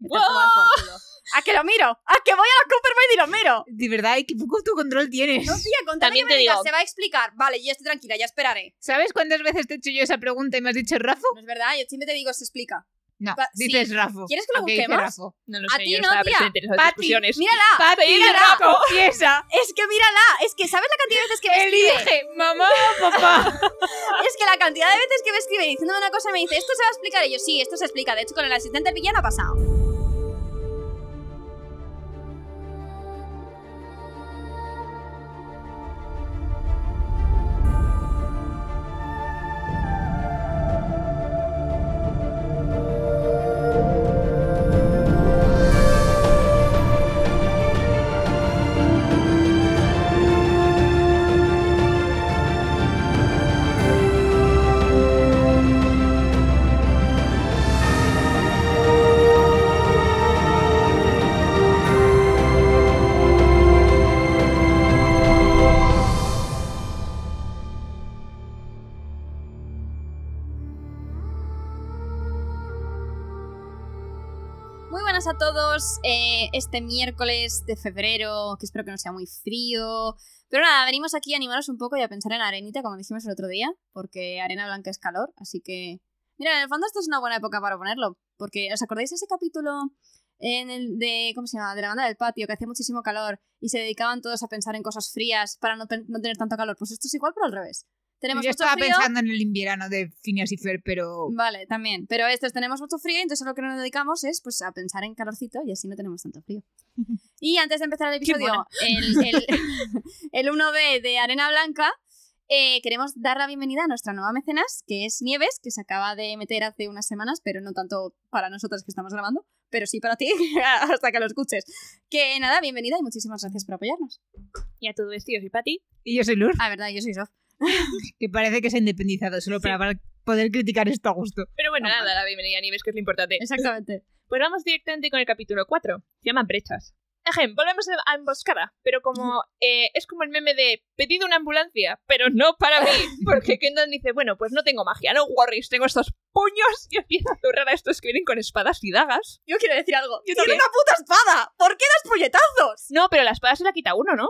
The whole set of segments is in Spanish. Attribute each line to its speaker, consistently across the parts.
Speaker 1: Está a tomar por culo.
Speaker 2: ¡A ¡Ah, que lo miro! ¡A que voy a la Coppermine y lo miro!
Speaker 3: De verdad, ¿y qué poco tu control tienes?
Speaker 2: No, tía, con tal de
Speaker 1: También
Speaker 2: que me
Speaker 1: te
Speaker 2: digas,
Speaker 1: digo-
Speaker 2: se va a explicar. Vale, ya estoy tranquila, ya esperaré.
Speaker 3: ¿Sabes cuántas veces te he hecho yo esa pregunta y me has dicho Rafa?
Speaker 2: No es verdad, yo siempre te digo, se explica.
Speaker 3: No,
Speaker 2: Pa- sí.
Speaker 3: dices Rafa.
Speaker 2: ¿Quieres que lo
Speaker 3: Ok,
Speaker 2: busque
Speaker 3: dice
Speaker 2: más?
Speaker 3: Rafa.
Speaker 1: No lo
Speaker 2: A
Speaker 1: sé,
Speaker 2: ti
Speaker 1: yo
Speaker 2: no,
Speaker 1: no estaba
Speaker 2: tía.
Speaker 1: presente en esas
Speaker 3: Pati,
Speaker 1: discusiones.
Speaker 2: ¡Mírala!
Speaker 3: Papi,
Speaker 2: Mírala.
Speaker 3: confiesa.
Speaker 2: Es que mírala, es que ¿sabes la cantidad de veces que me escribe?
Speaker 3: Elige, mamá o papá.
Speaker 2: Es que la cantidad de veces que me escribe diciéndome una cosa me dice, esto se va a explicar. Y yo, sí, esto se explica. De hecho, con el asistente del villano ha pasado. Muy buenas a todos. eh, este miércoles de febrero, que espero que no sea muy frío. Pero nada, venimos aquí a animaros un poco y a pensar en arenita, como dijimos el otro día, porque arena blanca es calor, así que... Mira, en el fondo esto es una buena época para ponerlo, porque ¿os acordáis de ese capítulo en el de... ¿Cómo se llama? De la banda del patio, que hacía muchísimo calor y se dedicaban todos a pensar en cosas frías para no, pe- no tener tanto calor? Pues esto es igual, pero al revés. Tenemos
Speaker 3: Yo
Speaker 2: mucho
Speaker 3: estaba
Speaker 2: frío,
Speaker 3: pensando en el invierno de Phineas y Fer, pero
Speaker 2: Vale, también. Pero estos tenemos mucho frío, entonces a lo que nos dedicamos es pues a pensar en calorcito y así no tenemos tanto frío. Y antes de empezar el
Speaker 1: Qué
Speaker 2: episodio,
Speaker 1: mona.
Speaker 2: el, el, el 1B de Arena Blanca, eh, queremos dar la bienvenida a nuestra nueva mecenas, que es Nieves, que se acaba de meter hace unas semanas, pero no tanto para nosotras que estamos grabando, pero sí para ti, hasta que lo escuches. Que nada, bienvenida y muchísimas gracias por apoyarnos.
Speaker 1: Y a todo esto, yo soy Pati.
Speaker 3: y yo soy Lur,
Speaker 2: Ah, verdad, yo soy Sof.
Speaker 3: que parece que se ha independizado solo para poder criticar esto a gusto.
Speaker 1: Pero bueno,
Speaker 2: Ah,
Speaker 1: nada, la bienvenida a Nieves, que es lo importante.
Speaker 2: Exactamente.
Speaker 1: Pues vamos directamente con el capítulo 4. Se llama Brechas. Ejem, volvemos a emboscada, pero como eh, es como el meme de pedido una ambulancia, pero no para mí, porque Kendall dice, bueno, pues no tengo magia, no worries, tengo estos puños y empieza a zurrar a estos que vienen con espadas y dagas.
Speaker 2: Yo quiero decir algo.
Speaker 1: Yo
Speaker 2: ¡Tiene
Speaker 1: también.
Speaker 2: una puta espada! ¿Por qué das puñetazos?
Speaker 1: No, pero la espada se la quita uno, ¿no?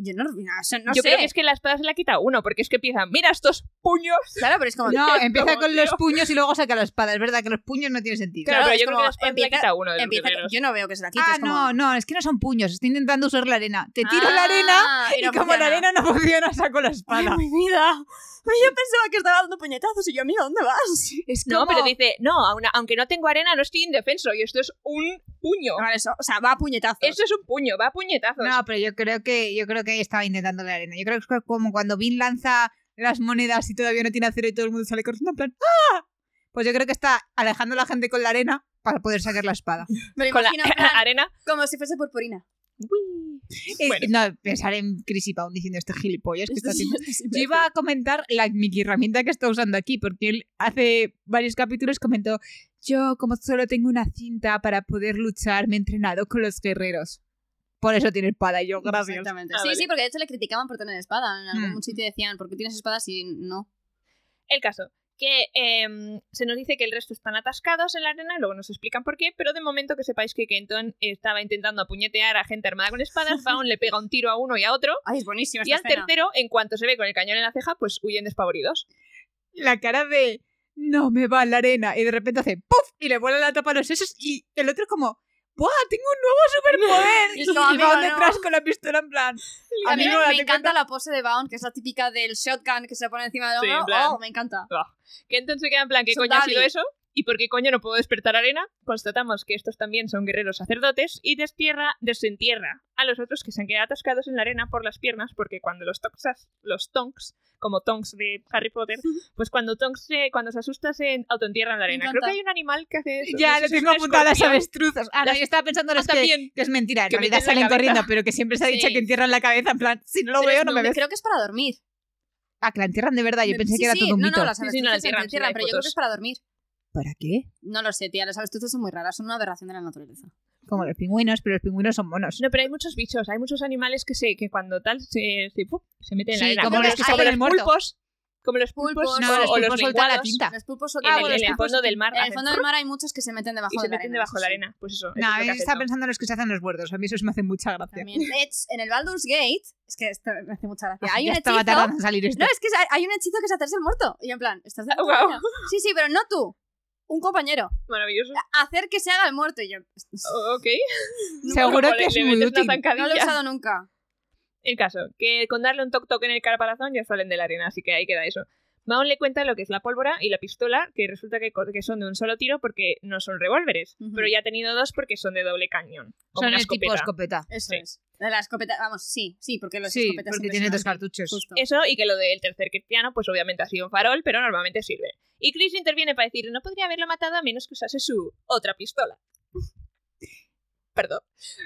Speaker 2: Yo no, no, eso no
Speaker 1: Yo
Speaker 2: sé.
Speaker 1: creo que es que la espada se la quita uno, porque es que empieza, mira estos puños.
Speaker 2: Claro, pero es como.
Speaker 3: No,
Speaker 1: Dios,
Speaker 3: empieza
Speaker 1: como,
Speaker 3: con los
Speaker 1: tío.
Speaker 3: puños y luego saca la espada. Es verdad que los puños no tienen sentido.
Speaker 1: Claro,
Speaker 2: Claro,
Speaker 1: pero
Speaker 2: es
Speaker 1: yo creo que
Speaker 2: como
Speaker 1: la espada se la
Speaker 2: empieza-
Speaker 1: quita uno de los
Speaker 2: empieza-
Speaker 1: guerreros.
Speaker 2: yo no veo que se la quite.
Speaker 3: Ah,
Speaker 2: es como-
Speaker 3: no, no, es que no son puños. Estoy intentando usar la arena. Te tiro la
Speaker 2: Ah,
Speaker 3: arena y,
Speaker 2: no
Speaker 3: como
Speaker 2: funciona.
Speaker 3: la arena no funciona, saco la
Speaker 2: Ay,
Speaker 3: espada.
Speaker 2: mi vida. Yo pensaba que estaba dando puñetazos y yo, amigo, ¿dónde vas?
Speaker 3: Es
Speaker 1: No,
Speaker 3: como-
Speaker 1: pero dice, no, aun- aunque no tengo arena, no estoy indefenso, y esto es un puño.
Speaker 2: ah, Vale, eso- o sea, va a puñetazos.
Speaker 1: Esto es un puño, va a puñetazos.
Speaker 3: No, pero yo creo que yo creo que estaba intentando la arena. Yo creo que es como cuando Vin lanza las monedas y todavía no tiene acero y todo el mundo sale corriendo en plan ¡Ah! Pues yo creo que está alejando a la gente con la arena para poder sacar la espada.
Speaker 2: Me lo
Speaker 1: con la
Speaker 2: imagino en plan,
Speaker 1: arena.
Speaker 2: como si fuese purpurina.
Speaker 3: Eh, no, pensar en Chris y Pound diciendo este gilipollas que está haciendo. Yo
Speaker 2: Yo
Speaker 3: iba a comentar la miki herramienta que está usando aquí, porque él hace varios capítulos comentó, yo como solo tengo una cinta para poder luchar, me he entrenado con los guerreros. Por eso tiene espada, y yo gracias.
Speaker 2: Exactamente.
Speaker 1: Ah,
Speaker 2: sí,
Speaker 1: vale.
Speaker 2: sí, porque de hecho le criticaban por tener espada. En algún
Speaker 3: Mm.
Speaker 2: sitio decían, ¿por qué tienes espada si no?
Speaker 1: El caso, que em, se nos dice que el resto están atascados en la arena, luego nos explican por qué, pero de momento que sepáis que Kenton estaba intentando apuñetear a gente armada con espadas, Faun le pega un tiro a uno y a otro,
Speaker 2: Ay, es buenísimo
Speaker 1: y al tercero, en cuanto se ve con el cañón en la ceja, pues huyen despavoridos.
Speaker 3: La cara de, no me va la arena, y de repente hace, ¡puf! Y le vuela la tapa a los sesos, y el otro es como, ¡buah! Tengo un nuevo superpoder.
Speaker 2: Y
Speaker 3: y,
Speaker 2: es como,
Speaker 3: y va
Speaker 2: "Amigo, no".
Speaker 3: detrás con la pistola en plan.
Speaker 2: A mí
Speaker 3: "Amigo,
Speaker 2: me,
Speaker 3: date
Speaker 2: me
Speaker 3: cuenta".
Speaker 2: encanta la pose de Bound, que es la típica del shotgun que se pone encima del
Speaker 1: Sí, en
Speaker 2: hombro.
Speaker 1: plan-
Speaker 2: oh, me encanta.
Speaker 1: Kenton se queda en plan, ¿qué
Speaker 2: Son
Speaker 1: coño ha
Speaker 2: Dali.
Speaker 1: sido eso? ¿Y por qué coño no puedo despertar arena? Constatamos que estos también son guerreros sacerdotes y destierra, desentierra a los otros que se han quedado atascados en la arena por las piernas porque cuando los toxas, los tonks, como tonks de Harry Potter, pues cuando tonks se, cuando se asusta se autoentierra en la
Speaker 2: Me
Speaker 1: arena.
Speaker 2: encanta.
Speaker 1: Creo que hay un animal que hace eso.
Speaker 3: Ya,
Speaker 1: No sé
Speaker 3: le
Speaker 1: si es
Speaker 3: tengo
Speaker 1: un
Speaker 3: apuntadas las
Speaker 1: escorpión.
Speaker 3: avestruces. Ah, no,
Speaker 1: Las-
Speaker 3: yo estaba pensando las
Speaker 1: Ah,
Speaker 3: que,
Speaker 1: también.
Speaker 3: que es mentira, en
Speaker 1: Que
Speaker 3: realidad
Speaker 1: meten la
Speaker 3: salen
Speaker 1: cabeza.
Speaker 3: corriendo, pero que siempre se ha dicho
Speaker 2: Sí.
Speaker 3: que entierran la cabeza, en plan, si no lo
Speaker 2: Pero
Speaker 3: veo
Speaker 2: es-
Speaker 3: no me ves.
Speaker 2: Creo que es para dormir.
Speaker 3: Ah, que la entierran de verdad, yo pensé que era
Speaker 2: sí,
Speaker 3: todo un
Speaker 2: no,
Speaker 3: mito.
Speaker 2: No, las
Speaker 1: Sí, sí, no, la
Speaker 2: avestruces se
Speaker 1: entierran, sí,
Speaker 2: entierran,
Speaker 1: hay
Speaker 2: pero yo creo que
Speaker 1: fotos.
Speaker 2: es para dormir.
Speaker 3: ¿Para qué?
Speaker 2: No lo sé, tía, las avestruces son muy raras, son una aberración de la naturaleza.
Speaker 3: Como los pingüinos, pero los pingüinos son monos.
Speaker 1: No, pero hay muchos bichos, hay muchos animales que se que cuando tal se, se, ¡puf! se meten en
Speaker 3: Sí,
Speaker 1: la arena.
Speaker 3: como
Speaker 1: Pero
Speaker 3: los que
Speaker 1: es
Speaker 3: sacan el muerto.
Speaker 1: pulpos, Como los
Speaker 2: Pulpos.
Speaker 1: pulpos,
Speaker 2: No,
Speaker 1: o-
Speaker 2: los
Speaker 1: o
Speaker 3: pulpos
Speaker 1: los
Speaker 3: sueltan la
Speaker 1: lenguados.
Speaker 3: tinta.
Speaker 2: Los pulpos son
Speaker 1: En el-
Speaker 2: los
Speaker 1: en el,
Speaker 2: lenguados.
Speaker 1: fondo del mar.
Speaker 2: En el
Speaker 1: hacen
Speaker 2: fondo del mar hay muchos que se meten debajo
Speaker 1: y
Speaker 2: de
Speaker 1: se
Speaker 2: la
Speaker 1: meten
Speaker 2: arena,
Speaker 1: debajo de la
Speaker 2: sí.
Speaker 1: arena. Pues eso. eso
Speaker 3: No, a
Speaker 1: es
Speaker 3: mí
Speaker 1: lo que
Speaker 3: está
Speaker 1: hacen, ¿no?
Speaker 3: pensando en los que se hacen los muertos. A mí eso me hace mucha gracia.
Speaker 2: También. De hecho, en el Baldur's Gate, es que esto me hace mucha gracia. Hay
Speaker 3: Ah, ya
Speaker 2: un
Speaker 3: estaba
Speaker 2: hechizo.
Speaker 3: tardando en salir esto.
Speaker 2: No, es que es- hay un hechizo que es hacerse el muerto. Y yo, en plan, ¿estás de puta
Speaker 1: Guau.
Speaker 2: coña? Sí, sí, pero no tú. Un compañero.
Speaker 1: Maravilloso.
Speaker 2: Hacer que se haga el muerto. Y yo,
Speaker 1: O- Ok.
Speaker 2: nunca-
Speaker 3: Seguro
Speaker 1: Como
Speaker 3: que
Speaker 1: le-
Speaker 3: es
Speaker 1: le
Speaker 3: muy
Speaker 1: metes una
Speaker 3: útil.
Speaker 1: zancadilla.
Speaker 2: No lo he usado nunca.
Speaker 1: El caso, que con darle un toc toc en el caraparazón ya salen de la arena, así que ahí queda eso. Maon le cuenta lo que es la pólvora y la pistola, que resulta que, co- que son de un solo tiro porque no son revólveres,
Speaker 2: Ujú.
Speaker 1: pero ya ha tenido dos porque son de doble cañón. Como
Speaker 3: Son
Speaker 1: una
Speaker 3: el tipo
Speaker 1: escopeta.
Speaker 3: escopeta.
Speaker 2: Eso
Speaker 1: Sí.
Speaker 2: es. La escopeta, vamos, sí, sí, porque los
Speaker 3: Sí,
Speaker 2: escopetas
Speaker 3: porque
Speaker 2: siempre
Speaker 3: tiene
Speaker 2: son Pues,
Speaker 3: dos
Speaker 2: así,
Speaker 3: cartuchos.
Speaker 2: justo.
Speaker 1: Eso y que lo del tercer cristiano, pues obviamente ha sido un farol, pero normalmente sirve. Y Chris interviene para decir, no podría haberlo matado a menos que usase su otra pistola. Perdón.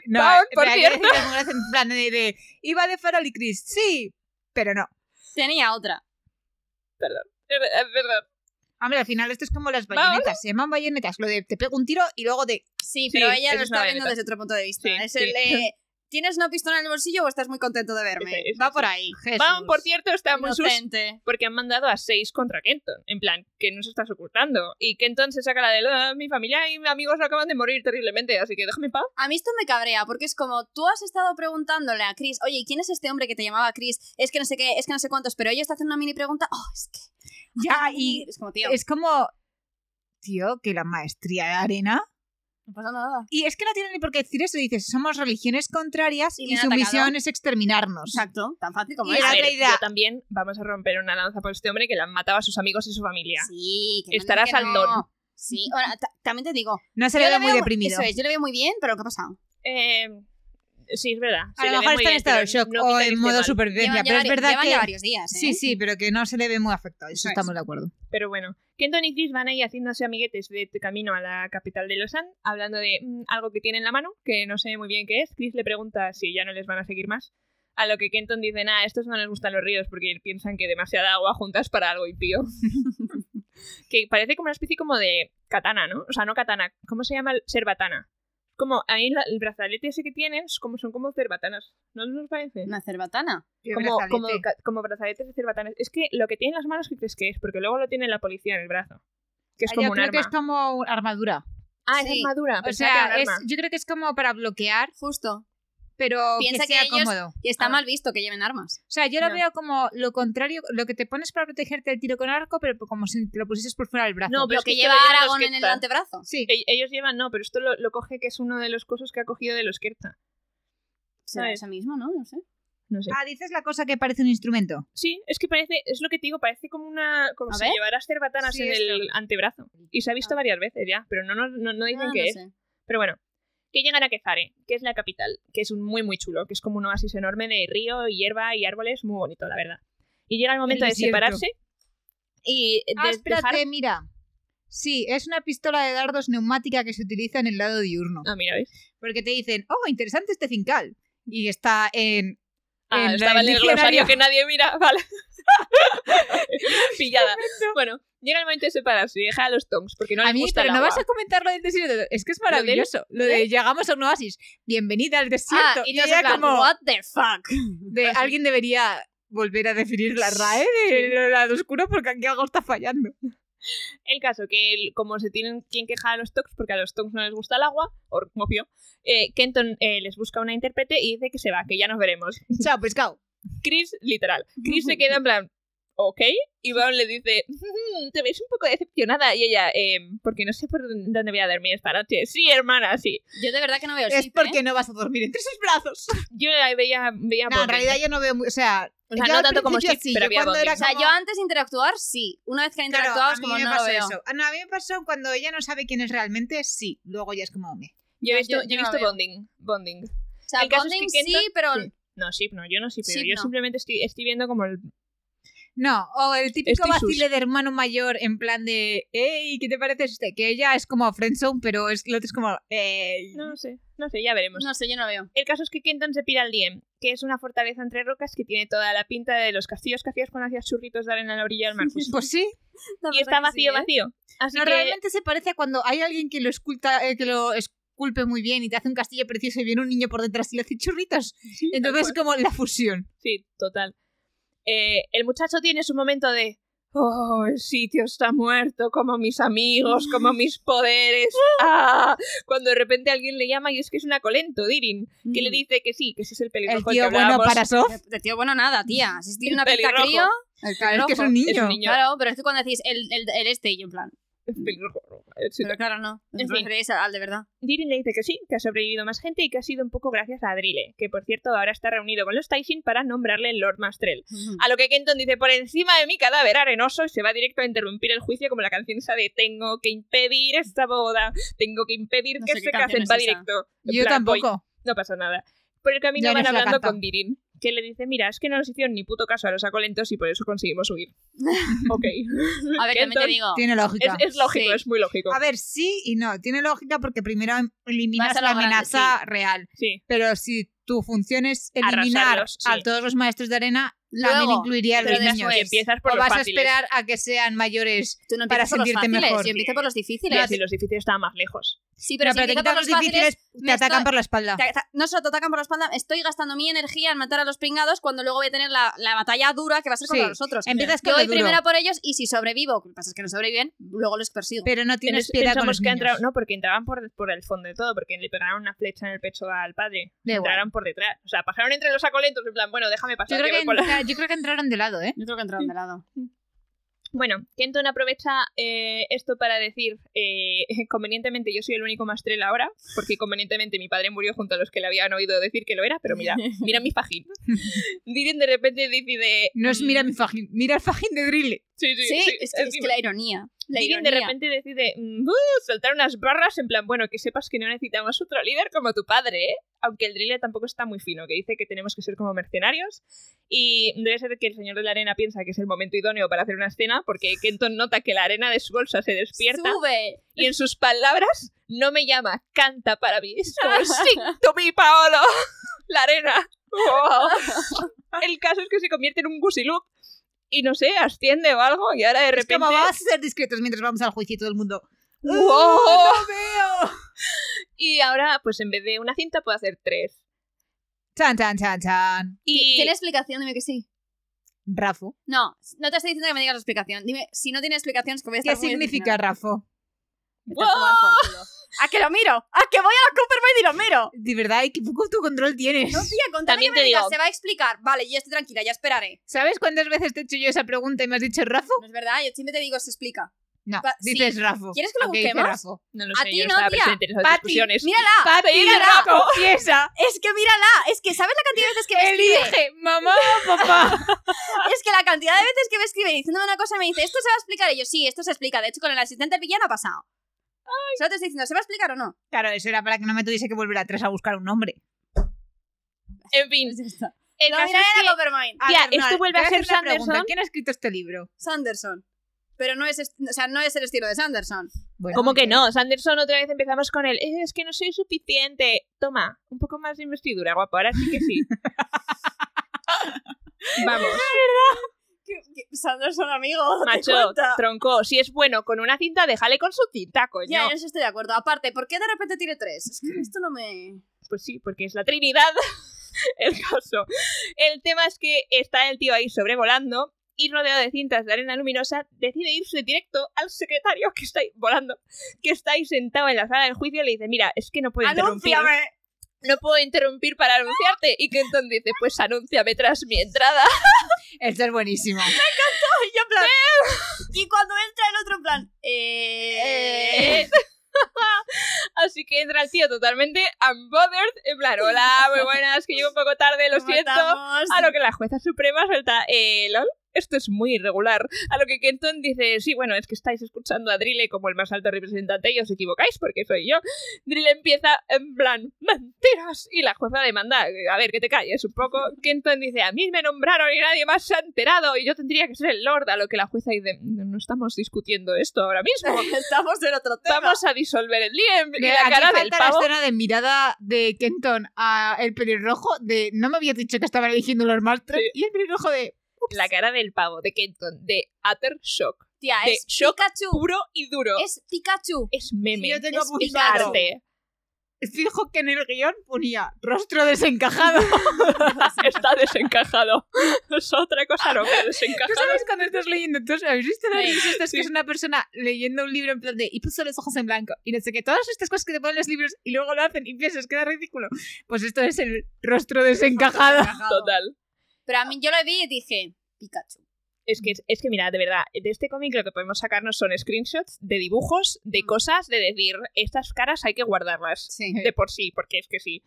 Speaker 3: No, eh,
Speaker 1: Paul, por
Speaker 3: pero hay que
Speaker 1: cierto.
Speaker 3: decir que es muy gracioso, en plan de, de, Iba de farol y Chris, sí, pero no.
Speaker 2: Tenía otra.
Speaker 1: Es ver- es verdad.
Speaker 3: Hombre, al final esto es como las
Speaker 1: Vamos.
Speaker 3: bayonetas. Se llaman bayonetas. Lo de te pego un tiro y luego de.
Speaker 2: Sí,
Speaker 1: Sí,
Speaker 2: pero ella
Speaker 1: esa
Speaker 2: lo
Speaker 1: es una
Speaker 2: está viendo
Speaker 1: bayoneta.
Speaker 2: desde otro punto de vista.
Speaker 1: Sí,
Speaker 2: es
Speaker 1: sí.
Speaker 2: el eh, ¿Tienes una pistola en el bolsillo o estás muy contento de verme?
Speaker 1: Ese, ese,
Speaker 2: Va
Speaker 1: ese.
Speaker 2: por ahí.
Speaker 3: Jesús.
Speaker 1: Maon, por cierto, está muy sus
Speaker 2: Inocente.
Speaker 1: porque han mandado a seis contra Kenton. En plan, que nos estás ocultando. Y Kenton se saca la de "Ah, mi familia y mis amigos acaban de morir terriblemente, así que déjame en paz.
Speaker 2: A mí esto me cabrea, porque es como tú has estado preguntándole a Chris, oye, ¿y ¿quién es este hombre que te llamaba Chris? Es que no sé qué, es que no sé cuántos, pero ella está haciendo una mini pregunta. Oh, es que.
Speaker 3: Ya, y
Speaker 2: Es como, tío,
Speaker 3: es como. Tío, que la maestría de arena.
Speaker 2: no pasa nada.
Speaker 3: Y es que no tiene ni por qué decir eso. Dices, somos religiones contrarias
Speaker 2: Y
Speaker 3: y,
Speaker 2: me han
Speaker 3: su
Speaker 2: atacado.
Speaker 3: misión es exterminarnos.
Speaker 2: Exacto, tan fácil como
Speaker 3: Y
Speaker 2: es.
Speaker 3: la
Speaker 1: A
Speaker 3: otra
Speaker 1: ver,
Speaker 3: idea-
Speaker 1: yo también vamos a romper una lanza por este hombre que le han matado a sus amigos y su familia.
Speaker 2: Sí, que no,
Speaker 1: Estará
Speaker 2: que no.
Speaker 1: saltón.
Speaker 2: Sí, ahora, ta- también te digo.
Speaker 3: No se
Speaker 2: yo le
Speaker 3: le ve muy
Speaker 2: veo-
Speaker 3: deprimido.
Speaker 2: Eso es, yo le veo muy bien, pero ¿qué ha pasado?
Speaker 1: Eh, sí, es verdad.
Speaker 3: A
Speaker 1: Se le
Speaker 3: lo
Speaker 1: ve
Speaker 3: mejor
Speaker 1: muy
Speaker 3: está en
Speaker 1: bien,
Speaker 3: estado de
Speaker 1: pero
Speaker 3: shock
Speaker 1: no
Speaker 3: o
Speaker 1: quita que
Speaker 3: en
Speaker 1: esté
Speaker 3: modo
Speaker 1: mal.
Speaker 3: supervivencia.
Speaker 2: Llevan ya
Speaker 3: Pero es
Speaker 2: vari-
Speaker 3: verdad
Speaker 2: llevan
Speaker 3: que.
Speaker 2: ya varios días, ¿eh?
Speaker 3: Sí, sí, pero que no se le ve muy afectado. Eso
Speaker 2: Eso es.
Speaker 3: estamos de acuerdo.
Speaker 1: Pero bueno, Kenton y Chris van ahí haciéndose amiguetes de este camino a la capital de Lausanne, hablando de mm, algo que tiene en la mano, que no sé muy bien qué es. Chris le pregunta si ya no les van a seguir más. A lo que Kenton dice, nada, estos no les gustan los ríos porque piensan que demasiada agua juntas para algo impío. que parece como una especie como de katana, ¿no? O sea, no katana, ¿cómo se llama? el- Cerbatana. Como ahí la- el brazalete ese que tienen es como, son como cerbatanas, ¿no os parece?
Speaker 2: Una cerbatana.
Speaker 1: Como, como, ca- como brazaletes de cerbatanas. Es que lo que tiene en las manos, ¿qué crees que es? Porque luego lo tiene la policía en el brazo. Que es
Speaker 3: Ah,
Speaker 1: como
Speaker 3: yo
Speaker 1: un
Speaker 3: creo que
Speaker 1: arma.
Speaker 3: es como un- armadura.
Speaker 1: Ah, es
Speaker 2: Sí.
Speaker 1: armadura.
Speaker 3: O
Speaker 1: pensaba que era
Speaker 3: sea,
Speaker 1: un
Speaker 3: es-
Speaker 1: arma.
Speaker 3: yo creo que es como para bloquear,
Speaker 2: Justo.
Speaker 3: pero
Speaker 2: Piensa
Speaker 3: que
Speaker 2: que
Speaker 3: sea
Speaker 2: ellos-
Speaker 3: cómodo.
Speaker 2: Y está
Speaker 1: Ah.
Speaker 2: mal visto que lleven armas.
Speaker 3: O sea, yo lo
Speaker 1: No.
Speaker 3: veo como lo contrario, lo que te pones para protegerte del tiro con arco, pero como si te lo pusieses por fuera del brazo.
Speaker 1: No, pero
Speaker 2: Lo
Speaker 1: es que
Speaker 2: que
Speaker 1: esto
Speaker 2: lleva
Speaker 1: lo llevan los
Speaker 2: Aragón en el
Speaker 1: Kepta.
Speaker 2: antebrazo.
Speaker 3: Sí.
Speaker 1: E- Ellos llevan, no, pero esto lo, lo coge que es uno de los cosos que ha cogido de los Kerta.
Speaker 2: Será
Speaker 1: ¿Sabes?
Speaker 2: eso mismo, ¿no? No sé.
Speaker 1: No sé.
Speaker 3: Ah, dices la cosa que parece un instrumento.
Speaker 1: Sí, es que parece, es lo que te digo, parece como una. como
Speaker 2: A
Speaker 1: si
Speaker 2: ver.
Speaker 1: llevaras cerbatanas
Speaker 3: Sí,
Speaker 1: en el antebrazo. Y se ha visto
Speaker 2: Ah.
Speaker 1: varias veces ya, pero no, no, no, no dicen
Speaker 2: Ah,
Speaker 1: que
Speaker 2: no
Speaker 1: es.
Speaker 2: sé.
Speaker 1: Pero bueno, que llegan a Kezare, que es la capital, que es un muy muy chulo, que es como un oasis enorme de río, y hierba y árboles, muy bonito, la verdad. Y llega el momento
Speaker 3: El
Speaker 1: de
Speaker 3: desierto.
Speaker 1: separarse y eh, de
Speaker 3: Ah, espérate,
Speaker 1: dejar-
Speaker 3: mira. Sí, es una pistola de dardos neumática que se utiliza en el lado diurno.
Speaker 1: Ah, mira, ¿veis?
Speaker 3: Porque te dicen, oh, interesante este fincal. Y está en...
Speaker 1: Ah,
Speaker 3: en la-
Speaker 1: estaba en el
Speaker 3: diccionario.
Speaker 1: glosario que nadie mira, vale. Pillada. Bueno, llega el momento de separarse y deja a los tongs, porque no les
Speaker 3: a mí,
Speaker 1: gusta
Speaker 3: pero
Speaker 1: el
Speaker 3: no vas
Speaker 1: agua.
Speaker 3: a comentar lo del desierto. Es que es maravilloso. Lo de, llegamos a un oasis. Bienvenida al desierto.
Speaker 2: ¿Eh? Ah, y
Speaker 3: yo
Speaker 2: todos
Speaker 3: ya
Speaker 2: en plan,
Speaker 3: como...
Speaker 2: what the fuck.
Speaker 3: de- alguien debería volver a definir la RAE del lado oscuro porque aquí algo está fallando.
Speaker 1: El caso que el- como se tienen quien queja a los Tongs porque a los Tongs no les gusta el agua, o obvio, eh, Kenton eh, les busca una intérprete y dice que se va, que ya nos veremos.
Speaker 3: Chao,
Speaker 2: pues
Speaker 3: pescado.
Speaker 1: Chris, literal. Chris se queda en plan, ok. Y Brown le dice, "Mm, te ves un poco decepcionada. Y ella, "Em, porque no sé por dónde dónde voy a dormir esta noche. Sí, hermana, sí.
Speaker 2: Yo de verdad que no veo el
Speaker 3: Es
Speaker 2: sitio,
Speaker 3: porque
Speaker 2: ¿eh? Ah,
Speaker 3: no vas a dormir entre sus brazos.
Speaker 1: Yo la veía, veía
Speaker 2: pues
Speaker 3: No, en
Speaker 1: Bondi.
Speaker 3: realidad yo no veo muy. O sea,
Speaker 1: O sea,
Speaker 3: yo
Speaker 1: no
Speaker 3: al
Speaker 1: tanto como
Speaker 3: principio
Speaker 1: Steve, pero
Speaker 3: yo
Speaker 1: había
Speaker 3: cuando
Speaker 1: Bondi.
Speaker 3: era
Speaker 2: O sea,
Speaker 3: como-
Speaker 2: yo antes de interactuar, sí. Una vez que
Speaker 3: Claro,
Speaker 2: interactuabas,
Speaker 3: a mí
Speaker 2: como
Speaker 3: me
Speaker 2: no lo
Speaker 3: pasó
Speaker 2: veo.
Speaker 3: eso. Ah, no, a mí me pasó cuando ella no sabe quién es realmente, sí. Luego ya es como. me.
Speaker 1: Yo he
Speaker 2: No,
Speaker 1: visto,
Speaker 2: yo-
Speaker 1: yo
Speaker 2: yo
Speaker 1: he
Speaker 2: no
Speaker 1: visto
Speaker 2: veo.
Speaker 1: bonding, bonding.
Speaker 2: O sea,
Speaker 1: El caso es que
Speaker 2: bonding
Speaker 1: Kenta-
Speaker 2: sí, pero
Speaker 1: Sí. No, ship no, yo no ship, pero
Speaker 2: Ship
Speaker 1: yo
Speaker 2: no.
Speaker 1: simplemente estoy, estoy viendo como el...
Speaker 3: No, o el típico
Speaker 1: Estoy sus.
Speaker 3: vacile de hermano mayor en plan de. ¡Ey, qué te parece este? Que ella es como friendzone, pero es, el otro es como. ¡Ey!
Speaker 1: No sé, no sé, ya veremos.
Speaker 2: no sé, yo no veo.
Speaker 1: El caso es que Kenton se pira al Diem, que es una fortaleza entre rocas que tiene toda la pinta de los castillos que hacías cuando hacías churritos de arena a la orilla del mar. Pues-
Speaker 3: Pues sí.
Speaker 1: y está
Speaker 2: ¿eh?
Speaker 1: ¿eh? vacío, vacío. Así
Speaker 3: No,
Speaker 1: que
Speaker 3: realmente se parece a cuando hay alguien que lo esculta, eh, que lo esculpe muy bien y te hace un castillo precioso y viene un niño por detrás y le hace churritos.
Speaker 1: Sí, tal
Speaker 3: Entonces es
Speaker 1: cual.
Speaker 3: como la fusión.
Speaker 1: Sí, total. Eh, el muchacho tiene su momento de... Oh, el sitio está muerto, como mis amigos, como mis poderes. ¡Ah! Cuando de repente alguien le llama y es que es una colento, Dirin, que le dice que sí, que ese es el
Speaker 3: Mm. El
Speaker 1: pelirrojo del
Speaker 3: tío
Speaker 1: que
Speaker 3: bueno
Speaker 1: hablábamos.
Speaker 3: para Sof.
Speaker 2: De- De tío bueno nada, tía. Si tiene
Speaker 1: El
Speaker 2: una pinta
Speaker 1: pelirrojo.
Speaker 2: crío... El
Speaker 3: Claro, es que es un
Speaker 2: pelirrojo.
Speaker 3: niño.
Speaker 1: Es un niño.
Speaker 2: Claro, pero es que cuando decís el, el, el este y yo en plan...
Speaker 1: El pelirrojo. El sitio.
Speaker 2: Pero claro, no.
Speaker 1: En
Speaker 2: Os
Speaker 1: fin.
Speaker 2: referís al al de verdad.
Speaker 1: Dirin le dice que sí, que ha sobrevivido más gente y que ha sido un poco gracias a Adrile, que por cierto ahora está reunido con los Taishin para nombrarle Lord Mastrel. A lo que Kenton dice, por encima de mi cadáver arenoso, y se va directo a interrumpir el juicio como la canción esa de tengo que impedir esta boda, tengo que impedir
Speaker 2: No
Speaker 1: que
Speaker 2: sé qué
Speaker 1: se casen,
Speaker 2: canción es
Speaker 1: va
Speaker 2: esa.
Speaker 1: directo. En
Speaker 3: Yo
Speaker 1: plan, voy,
Speaker 3: tampoco.
Speaker 1: no pasa nada. Por el camino
Speaker 3: Ya
Speaker 1: van
Speaker 3: nos la
Speaker 1: hablando
Speaker 3: canta.
Speaker 1: con Dirin, que le dice, mira, es que no nos hicieron ni puto caso a los acolentos y por eso conseguimos huir. ok.
Speaker 2: A ver, también
Speaker 1: Kenton,
Speaker 2: te digo...
Speaker 3: Tiene
Speaker 1: es,
Speaker 3: lógica.
Speaker 1: es lógico,
Speaker 2: Sí.
Speaker 1: es muy lógico.
Speaker 3: A ver, sí y no. Tiene lógica porque primero em- eliminas
Speaker 2: Vas a lo
Speaker 3: la
Speaker 2: grande,
Speaker 3: amenaza real.
Speaker 1: Sí.
Speaker 3: Pero si tu función es eliminar
Speaker 1: Arrasarlos,
Speaker 3: a
Speaker 1: sí.
Speaker 3: todos los maestros de arena,
Speaker 2: Luego,
Speaker 3: también incluiría a los
Speaker 2: pero
Speaker 3: niños.
Speaker 1: Y
Speaker 2: después,
Speaker 1: empiezas por
Speaker 3: O
Speaker 1: los
Speaker 3: vas a
Speaker 1: fáciles.
Speaker 3: esperar a que sean mayores.
Speaker 2: Tú no empiezas por
Speaker 3: para
Speaker 2: los
Speaker 3: sentirte
Speaker 2: fáciles,
Speaker 3: mejor.
Speaker 2: yo empiezo por los difíciles.
Speaker 1: Claro, si los difíciles estaban más lejos.
Speaker 2: Sí, pero
Speaker 3: No,
Speaker 2: si
Speaker 3: te
Speaker 2: empiezas por
Speaker 3: quitan
Speaker 2: los
Speaker 3: los difíciles,
Speaker 2: fáciles...
Speaker 3: te
Speaker 2: me
Speaker 3: atacan
Speaker 2: estoy-
Speaker 3: por la espalda.
Speaker 2: te ata- No solo te atacan por la espalda, estoy gastando mi energía en matar a los pringados cuando luego voy a tener la, la batalla dura que va a ser contra
Speaker 3: Sí.
Speaker 2: nosotros.
Speaker 3: Empiezas
Speaker 2: Yo
Speaker 3: con
Speaker 2: voy
Speaker 3: lo duro,
Speaker 2: primero por ellos y si sobrevivo, lo que pasa es que no sobreviven, luego los persigo.
Speaker 3: pero no tienes
Speaker 1: Entonces,
Speaker 3: piedad con
Speaker 1: pensamos
Speaker 3: los
Speaker 1: que
Speaker 3: niños.
Speaker 1: entraron, no, porque entraban por, por el fondo de todo, porque le pegaron una flecha en el pecho al padre.
Speaker 3: Da igual.
Speaker 1: Entraron por detrás. O sea, pasaron entre los acolentos, en plan, bueno, déjame
Speaker 3: Yo
Speaker 1: pasar.
Speaker 3: creo,
Speaker 1: que voy
Speaker 3: que
Speaker 1: por la-
Speaker 3: entra- yo creo que entraron de lado, ¿eh?
Speaker 2: Yo creo que entraron de lado.
Speaker 1: Bueno, Kenton aprovecha eh, esto para decir, eh, convenientemente yo soy el único mastrel ahora, porque convenientemente mi padre murió junto a los que le habían oído decir que lo era, pero mira, mira mi fajín. Diren de repente decide... mm,
Speaker 3: No es mira mi fajín, mira el fajín de Drille.
Speaker 1: Sí, sí,
Speaker 2: Sí,
Speaker 1: sí,
Speaker 2: es, que, es
Speaker 1: encima.
Speaker 2: que la ironía. La
Speaker 1: Tyrion
Speaker 2: ironía.
Speaker 1: de repente decide mm, uh, soltar unas barras en plan, bueno, que sepas que no necesitamos otro líder como tu padre, ¿eh? Aunque el driller tampoco está muy fino, que dice que tenemos que ser como mercenarios. Y debe ser que el señor de la arena piensa que es el momento idóneo para hacer una escena, porque Kenton nota que la arena de su bolsa se despierta
Speaker 2: Sube.
Speaker 1: y en sus palabras no me llama, canta para mí. Es como, sí, tú mi Paolo, la arena. Wow. El caso es que se convierte en un gusilú y no sé, asciende o algo y ahora de repente...
Speaker 3: Es como vamos a ser discretos mientras vamos al juicio y todo el mundo. "Uh,
Speaker 1: ¡Wow!
Speaker 3: ¡No veo!
Speaker 1: Y ahora, pues en vez de una cinta, puedo hacer tres.
Speaker 3: Chan, chan, chan, chan.
Speaker 1: Y
Speaker 2: ¿Tiene explicación? Dime que sí.
Speaker 3: Rafo.
Speaker 2: No, no te estoy diciendo que me digas la explicación. Dime, si no tiene explicación es que voy a estar
Speaker 3: ¿Qué significa Rafo?
Speaker 1: ¡Wow!
Speaker 2: ¿A que lo miro? ¿A que voy a la Coopermaid y lo miro?
Speaker 3: De verdad, ¿y qué poco tu control tienes?
Speaker 2: No, tía, con tal de
Speaker 1: También
Speaker 2: que me
Speaker 1: te
Speaker 2: digas,
Speaker 1: digo-
Speaker 2: se va a explicar. Vale, ya estoy tranquila, ya esperaré.
Speaker 3: ¿Sabes cuántas veces te he hecho yo esa pregunta y me has dicho Rafo?
Speaker 2: No es verdad, yo siempre te digo, se explica.
Speaker 3: No,
Speaker 2: Pa- sí.
Speaker 3: dices Rafo.
Speaker 2: ¿Quieres que lo
Speaker 3: Ok, dice
Speaker 2: busquemos?
Speaker 3: Rafo.
Speaker 1: No lo
Speaker 2: A
Speaker 1: sé,
Speaker 2: ti
Speaker 1: yo
Speaker 2: no,
Speaker 1: estaba
Speaker 2: tía.
Speaker 1: presente en esas
Speaker 3: Pati,
Speaker 1: discusiones.
Speaker 2: ¡Mírala!
Speaker 3: Papi,
Speaker 2: mírala.
Speaker 3: Rafo, piensa.
Speaker 2: Es que mírala, es que ¿sabes la cantidad de veces que me escribe?
Speaker 3: Elige, mamá o papá.
Speaker 2: Es que la cantidad de veces que me escribe diciéndome una cosa me dice, esto se va a explicar. Y yo, sí, esto se explica. De hecho, con el asistente del villano ha pasado. Solo te estoy diciendo, ¿se va a explicar o no?
Speaker 3: Claro, eso era para que no me tuviese que volver atrás a buscar un nombre.
Speaker 1: En fin, el
Speaker 2: Lo
Speaker 1: caso
Speaker 2: miraré
Speaker 1: es
Speaker 2: en
Speaker 1: que-
Speaker 2: Pues la Coopermine.
Speaker 3: A
Speaker 1: Tía, esto
Speaker 3: Noel,
Speaker 1: vuelve
Speaker 3: te
Speaker 1: a
Speaker 3: voy
Speaker 1: ser
Speaker 3: hacer una pregunta.
Speaker 1: Sanderson.
Speaker 3: ¿Quién ha escrito este libro?
Speaker 2: Sanderson. Pero no es, est- o sea, no es el estilo de Sanderson.
Speaker 3: Bueno, eh,
Speaker 1: ¿Cómo que no? Sanderson otra vez empezamos con el "Eh, es que no soy suficiente. Toma, un poco más de investidura, guapo. Ahora sí que sí. Vamos,
Speaker 2: Sanderson, amigo,
Speaker 1: macho, tronco. Si es bueno con una cinta, déjale con su cinta, coño. Mm.
Speaker 2: Ya, en eso estoy de acuerdo. Aparte, ¿por qué de repente tiene tres? Es que esto no me...
Speaker 1: Pues sí, porque es la Trinidad el caso. El tema es que está el tío ahí sobrevolando y rodeado de cintas de arena luminosa, decide irse directo al secretario que está ahí volando, que está ahí sentado en la sala del juicio y le dice, mira, es que no puedo interrumpir,
Speaker 2: ¡Anúnciame!
Speaker 1: no puedo interrumpir para anunciarte. Y Kenton dice, pues anúnciame tras mi entrada.
Speaker 3: Esto es buenísimo.
Speaker 2: Y yo en plan... y cuando entra el otro en plan... Eh...
Speaker 1: Así que entra el tío totalmente unbothered, en plan, hola, muy buenas, que llego un poco tarde, lo
Speaker 2: ¿cómo
Speaker 1: siento.
Speaker 2: estamos?
Speaker 1: A lo que la jueza suprema suelta, eh, lol, esto es muy irregular. A lo que Kenton dice, sí, bueno, es que estáis escuchando a Drille como el más alto representante y os equivocáis porque soy yo. Drille empieza en plan, mentiras. Y la jueza demanda, a ver, que te calles un poco. Kenton dice, a mí me nombraron y nadie más se ha enterado y yo tendría que ser el lord. A lo que la jueza dice, no estamos discutiendo esto ahora mismo.
Speaker 2: Estamos en otro tema.
Speaker 1: Vamos a disolver el lío. Y
Speaker 3: Mira,
Speaker 1: la
Speaker 3: aquí
Speaker 1: cara
Speaker 3: falta
Speaker 1: del
Speaker 3: la
Speaker 1: pavo.
Speaker 3: escena de mirada de Kenton a el pelirrojo de no me había dicho que estaban eligiendo los Maltron
Speaker 1: Sí.
Speaker 3: y el pelirrojo de
Speaker 1: La cara del pavo de Kenton, de utter shock.
Speaker 2: Tía,
Speaker 1: de
Speaker 2: es
Speaker 1: shock
Speaker 2: Pikachu.
Speaker 1: Puro y duro.
Speaker 2: Es Pikachu.
Speaker 1: es meme.
Speaker 3: Yo tengo
Speaker 1: es, es
Speaker 3: apuntado.
Speaker 1: arte.
Speaker 3: Fijo que en el guión ponía rostro desencajado.
Speaker 1: Está desencajado. Es otra cosa no que
Speaker 3: ¿Tú
Speaker 1: desencajado.
Speaker 3: sabes cuando estás leyendo? ¿Tú habéis visto las veces estas que es una persona leyendo un libro en plan de y puso los ojos en blanco y no sé qué? Todas estas cosas que te ponen los libros y luego lo hacen y piensas, queda ridículo. Pues esto es el rostro desencajado.
Speaker 1: Total.
Speaker 2: Pero a mí yo lo vi y dije, Pikachu.
Speaker 1: Es que, es que mira, de verdad, de este cómic lo que podemos sacarnos son screenshots de dibujos, de
Speaker 2: Mm.
Speaker 1: cosas, de decir, estas caras hay que guardarlas.
Speaker 2: Sí.
Speaker 1: de por sí, porque es que sí.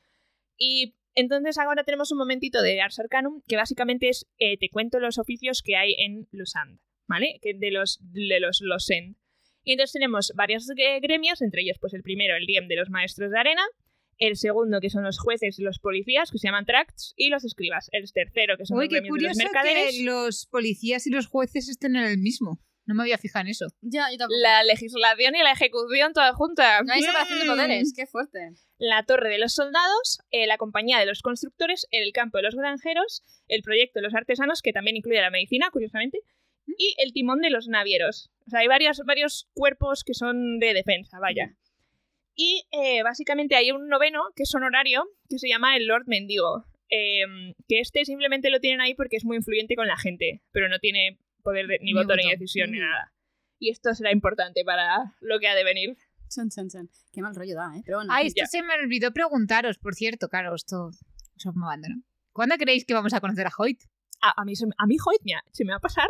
Speaker 1: Y entonces ahora tenemos un momentito de Ars Arcanum, que básicamente es, eh, te cuento los oficios que hay en Lusand, ¿vale? Que de los, de los Losend. Y entonces tenemos varios eh, gremios, entre ellos pues el primero, el Diem de los Maestros de Arena, el segundo, que son los jueces y los policías, que se llaman Tracts, y los escribas. El tercero, que son
Speaker 3: Uy,
Speaker 1: los
Speaker 3: qué
Speaker 1: gremios de los
Speaker 3: curioso
Speaker 1: mercaderes.
Speaker 3: que los policías y los jueces estén en el mismo. No me había fijado en eso.
Speaker 2: Ya, yo tampoco.
Speaker 1: La legislación y la ejecución toda junta.
Speaker 2: No hay separación de
Speaker 3: Mm.
Speaker 2: poderes, qué fuerte.
Speaker 1: la torre de los soldados, eh, la compañía de los constructores, el campo de los granjeros, el proyecto de los artesanos, que también incluye la medicina, curiosamente, y el timón de los navieros. O sea, hay varias, varios cuerpos que son de defensa, vaya. Y eh, básicamente hay un noveno, que es honorario, que se llama el Lord Mendigo. eh, que este simplemente lo tienen ahí porque es muy influyente con la gente, pero no tiene poder de- ni,
Speaker 3: Ni
Speaker 1: voto, ni
Speaker 3: voto.
Speaker 1: decisión ni
Speaker 2: Mm.
Speaker 1: nada. Y esto será importante para lo que ha de venir.
Speaker 2: Chan, chan, chan. Qué mal rollo da, ¿eh? Pero bueno.
Speaker 3: Ay,
Speaker 1: Mm, ya.
Speaker 3: esto se me olvidó preguntaros, por cierto, claro, esto os abandono. ¿Cuándo creéis que vamos a conocer a Hoyt?
Speaker 1: A, a mí, se me- a mí joder, me ha- se me va a pasar,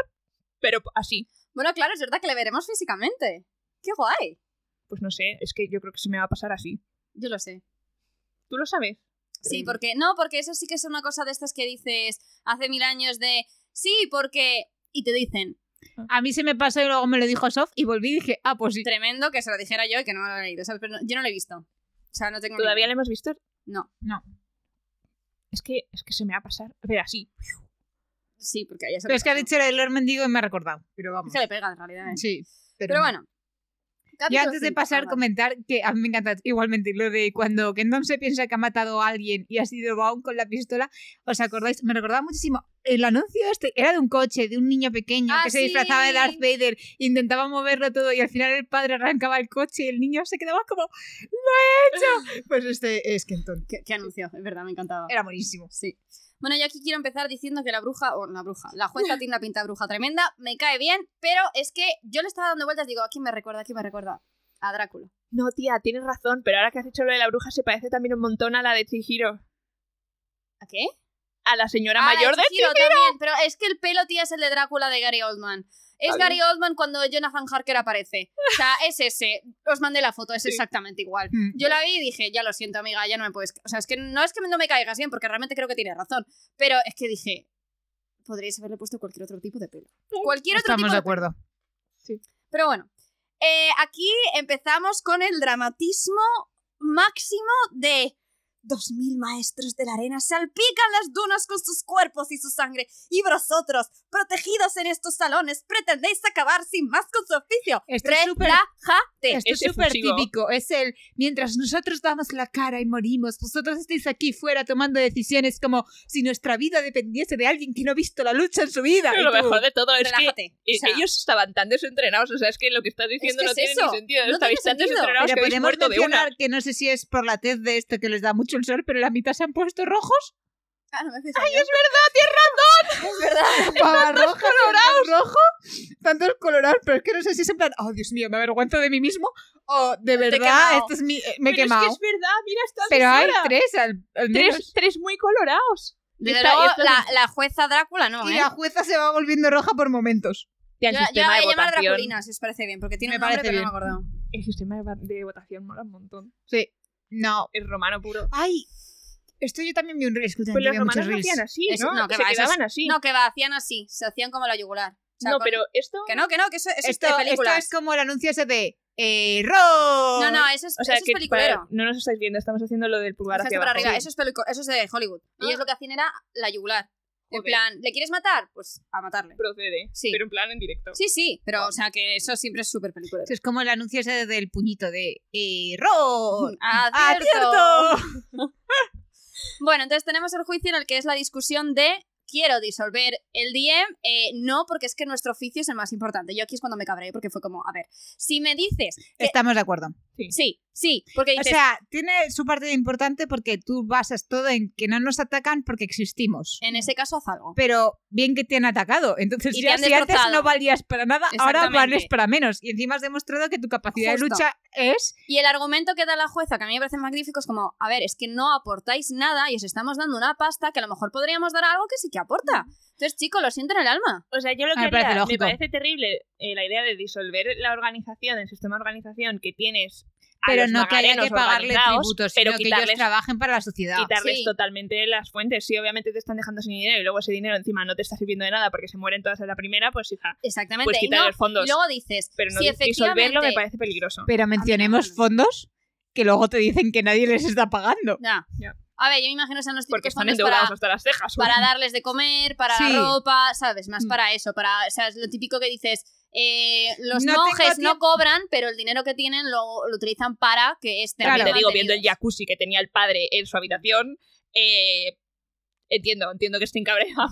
Speaker 1: pero así.
Speaker 2: Bueno, claro, es verdad que le veremos físicamente. ¡Qué guay!
Speaker 1: Pues no sé, es que yo creo que se me va a pasar así.
Speaker 2: Yo lo sé.
Speaker 1: ¿Tú lo sabes?
Speaker 2: Sí,
Speaker 1: Pero-
Speaker 2: porque no, porque eso sí que es una cosa de estas que dices hace mil años de sí, porque y te dicen
Speaker 3: A mí se me pasó y luego me lo dijo Sof y volví y dije, ah, pues sí.
Speaker 2: tremendo que se lo dijera yo y que no lo he leído, ¿sabes? Pero no- yo no lo he visto. O sea, no tengo ni
Speaker 1: ¿Todavía
Speaker 2: idea.
Speaker 1: le hemos visto?
Speaker 2: No.
Speaker 3: No.
Speaker 1: Es que, es que se me va a pasar. Pero así.
Speaker 2: Sí, porque ya se
Speaker 3: Pero es que ha
Speaker 2: pasó.
Speaker 3: dicho lo del Lord Mendigo y me ha recordado. Pero vamos.
Speaker 2: Es que le pega en realidad. ¿eh?
Speaker 3: Sí.
Speaker 2: pero, bueno.
Speaker 3: Y
Speaker 2: Capítulo
Speaker 3: antes de
Speaker 2: cinco.
Speaker 3: pasar,
Speaker 2: Ah, vale.
Speaker 3: comentar que a mí me encanta igualmente lo de cuando Kendon se piensa que ha matado a alguien y ha sido Baum con la pistola. ¿Os acordáis? Me recordaba muchísimo. El anuncio este era de un coche, de un niño pequeño
Speaker 2: Ah,
Speaker 3: que
Speaker 2: sí.
Speaker 3: se disfrazaba de Darth Vader, intentaba moverlo todo y al final el padre arrancaba el coche y el niño se quedaba como, ¡lo he hecho! Pues este es Kenton.
Speaker 2: ¿Qué, qué anuncio? Es verdad, me encantaba.
Speaker 3: Era buenísimo.
Speaker 2: Sí. Bueno, yo aquí quiero empezar diciendo que la bruja, o la bruja, la jueza tiene una pinta de bruja tremenda, me cae bien, pero es que yo le estaba dando vueltas, digo, ¿a quién me recuerda? ¿A quién me recuerda? A Drácula.
Speaker 1: No, tía, tienes razón, pero ahora que has hecho lo de la bruja se parece también un montón a la de Chihiro.
Speaker 2: ¿A qué?
Speaker 1: A la señora
Speaker 2: Ah,
Speaker 1: mayor de
Speaker 2: Chihiro también, pero es que el pelo, tía, es el de Drácula de Gary Oldman. Es
Speaker 1: Vale.
Speaker 2: Gary Oldman cuando Jonathan Harker aparece. O sea, es ese. Os mandé la foto, es
Speaker 1: Sí.
Speaker 2: exactamente igual.
Speaker 3: Mm.
Speaker 2: Yo la vi y dije, ya lo siento, amiga, ya no me puedes. O sea, es que no es que no me caigas bien, porque realmente creo que tiene razón. Pero es que dije, podríais haberle puesto cualquier otro tipo de pelo. Cualquier otro tipo
Speaker 3: Estamos de
Speaker 2: de pelo.
Speaker 3: acuerdo.
Speaker 2: Pero bueno, eh, aquí empezamos con el dramatismo máximo de... Dos mil maestros de la arena salpican las dunas con sus cuerpos y su sangre, y vosotros, protegidos en estos salones, pretendéis acabar sin más con su oficio.
Speaker 3: Esto es súper-
Speaker 2: Relájate.
Speaker 3: Esto es
Speaker 1: ese
Speaker 3: súper
Speaker 1: fusivo.
Speaker 3: típico. Es el mientras nosotros damos la cara y morimos, vosotros estáis aquí fuera tomando decisiones como si nuestra vida dependiese de alguien que no ha visto la lucha en su vida.
Speaker 2: Ah,
Speaker 1: Pero lo
Speaker 3: Y tú,
Speaker 1: mejor de todo es que
Speaker 2: Relájate.
Speaker 3: e-
Speaker 1: eh,
Speaker 2: O sea,
Speaker 1: ellos estaban tan desentrenados. O sea, es que lo que estás diciendo
Speaker 2: que
Speaker 1: no
Speaker 2: es
Speaker 1: tiene
Speaker 2: eso,
Speaker 1: ni sentido.
Speaker 2: no
Speaker 1: Estabais
Speaker 2: tiene
Speaker 1: tan
Speaker 2: sentido.
Speaker 1: desentrenados
Speaker 3: pero
Speaker 1: que habéis
Speaker 3: podemos
Speaker 1: muerto de una.
Speaker 3: mencionar que no sé si es por la tez de esto que les da mucho el sol, pero la mitad se han puesto rojos,
Speaker 2: ah, no me he fijado yo. es verdad!
Speaker 3: pava roja, colorados. rojo, tantos colorados, pero es que no sé si es en plan, oh Dios mío, me avergüenzo de mí mismo, o de
Speaker 2: he
Speaker 3: verdad,
Speaker 2: quemado.
Speaker 3: esto es mi, eh, me he
Speaker 1: Pero
Speaker 3: quemado.
Speaker 1: es que es verdad, mira, está
Speaker 3: pero hay
Speaker 1: desora.
Speaker 3: tres al, al menos.
Speaker 1: tres, tres muy colorados.
Speaker 2: Desde
Speaker 1: Está-
Speaker 2: luego,
Speaker 1: esto es-
Speaker 2: la, la jueza Drácula no,
Speaker 3: Y
Speaker 2: ¿eh?
Speaker 3: la jueza se va volviendo roja por momentos.
Speaker 1: Tía,
Speaker 2: Yo,
Speaker 1: el
Speaker 2: yo
Speaker 1: sistema
Speaker 2: la voy
Speaker 1: de
Speaker 2: a llamar
Speaker 1: votación-
Speaker 2: Draculina, si os parece bien, porque tiene
Speaker 3: Me
Speaker 2: un nombre,
Speaker 3: parece
Speaker 2: pero no
Speaker 3: bien.
Speaker 2: me acuerdo.
Speaker 1: El sistema de va- de votación mola un montón.
Speaker 3: Sí. No,
Speaker 1: Es romano puro.
Speaker 3: Ay, esto yo también vi un reel. escucha,
Speaker 1: Pues
Speaker 3: yo
Speaker 1: los
Speaker 3: vi muchos
Speaker 1: romanos lo
Speaker 3: reels.
Speaker 1: hacían así,
Speaker 2: Eso-
Speaker 1: ¿no?
Speaker 2: no, que
Speaker 1: se
Speaker 2: va, eso es-
Speaker 1: quedaban así.
Speaker 2: No, que va, hacían así, se hacían como la yugular. O sea,
Speaker 1: No,
Speaker 2: con-
Speaker 1: pero esto...
Speaker 2: Que no, que no, que eso, eso
Speaker 3: Esto,
Speaker 2: es de
Speaker 3: esto
Speaker 2: películas.
Speaker 3: es como el anuncio ese de eh, error.
Speaker 2: No, no, eso es,
Speaker 1: O sea,
Speaker 2: eso
Speaker 1: que
Speaker 2: es peliculero.
Speaker 1: para- no nos estáis viendo, estamos haciendo lo del pulgar
Speaker 2: Fijaste
Speaker 1: hacia
Speaker 2: para
Speaker 1: abajo.
Speaker 2: arriba, eso es, pelicu- eso es de Hollywood. Y Ellos lo que hacían era la yugular. En
Speaker 1: Joder.
Speaker 2: plan, ¿le quieres matar? Pues a matarle.
Speaker 1: Procede,
Speaker 2: Sí.
Speaker 1: pero en plan en directo.
Speaker 2: Sí, sí, pero o sea que eso siempre es súper peliculero.
Speaker 3: Esto es como el anuncio ese del puñito de eh, Ah, error.
Speaker 2: Mm, Ah, ¡Acierto! Bueno, entonces tenemos el juicio en el que es la discusión de quiero disolver el DM, eh, no, porque es que nuestro oficio es el más importante. Yo aquí es cuando me cabré, porque fue como, a ver, si me dices
Speaker 3: Estamos de acuerdo.
Speaker 2: Sí, sí, porque
Speaker 3: O
Speaker 2: dices,
Speaker 3: sea, tiene su parte de importante porque tú basas todo en que no nos atacan porque existimos.
Speaker 2: en ese caso haz algo.
Speaker 3: Pero bien que te han atacado. Entonces,
Speaker 2: Eh. Y te
Speaker 3: ya
Speaker 2: han
Speaker 3: si antes
Speaker 2: destrozado.
Speaker 3: no valías para nada, ahora
Speaker 2: Exactamente.
Speaker 3: vales para menos. Y encima has demostrado que tu capacidad de
Speaker 2: Justo.
Speaker 3: lucha es.
Speaker 2: Y el argumento que da la jueza, que a mí me parece magnífico, es como, a ver, es que no aportáis nada y os estamos dando una pasta que a lo mejor podríamos dar a algo que sí que aporta. Entonces, chicos, lo siento en el alma.
Speaker 1: O sea, yo lo que
Speaker 3: Ah, me parece
Speaker 1: haría- me
Speaker 3: lógico.
Speaker 1: parece terrible eh, la idea de disolver la organización, el sistema de organización que tienes. a
Speaker 3: Pero
Speaker 1: los
Speaker 3: no que haya
Speaker 1: magarenos
Speaker 3: que pagarle
Speaker 1: organizados,
Speaker 3: tributos,
Speaker 1: pero
Speaker 3: sino que ellos
Speaker 1: quitarles,
Speaker 3: trabajen para la sociedad.
Speaker 1: quitarles
Speaker 2: Sí.
Speaker 1: totalmente las fuentes. Si obviamente te están dejando sin dinero y luego ese dinero encima no te está sirviendo de nada porque se mueren todas en la primera, pues hija,
Speaker 2: Exactamente.
Speaker 1: pues
Speaker 2: y,
Speaker 1: quitar
Speaker 2: no-
Speaker 1: los fondos.
Speaker 2: y luego dices,
Speaker 1: pero no
Speaker 2: si
Speaker 1: dis- disolverlo me
Speaker 2: efectivamente-
Speaker 1: parece peligroso.
Speaker 3: Pero mencionemos
Speaker 2: no.
Speaker 3: fondos que luego te dicen que nadie les está pagando.
Speaker 2: Ya.
Speaker 1: Ya.
Speaker 2: A ver, yo me imagino que sean los
Speaker 1: porque
Speaker 2: típicos
Speaker 1: están
Speaker 2: fondos
Speaker 1: endeudados
Speaker 2: para,
Speaker 1: hasta las cejas.
Speaker 2: para darles de comer, para
Speaker 3: Sí.
Speaker 2: la ropa, ¿sabes? Más
Speaker 3: Mm.
Speaker 2: para eso, para, o sea, es lo típico que dices, eh, los
Speaker 3: No tengo
Speaker 2: monjes no
Speaker 3: tiempo.
Speaker 2: cobran, pero el dinero que tienen lo, lo utilizan para que este
Speaker 1: También
Speaker 3: Claro.
Speaker 1: te digo, viendo el jacuzzi que tenía el padre en su habitación, eh, entiendo, entiendo que estén cabreados.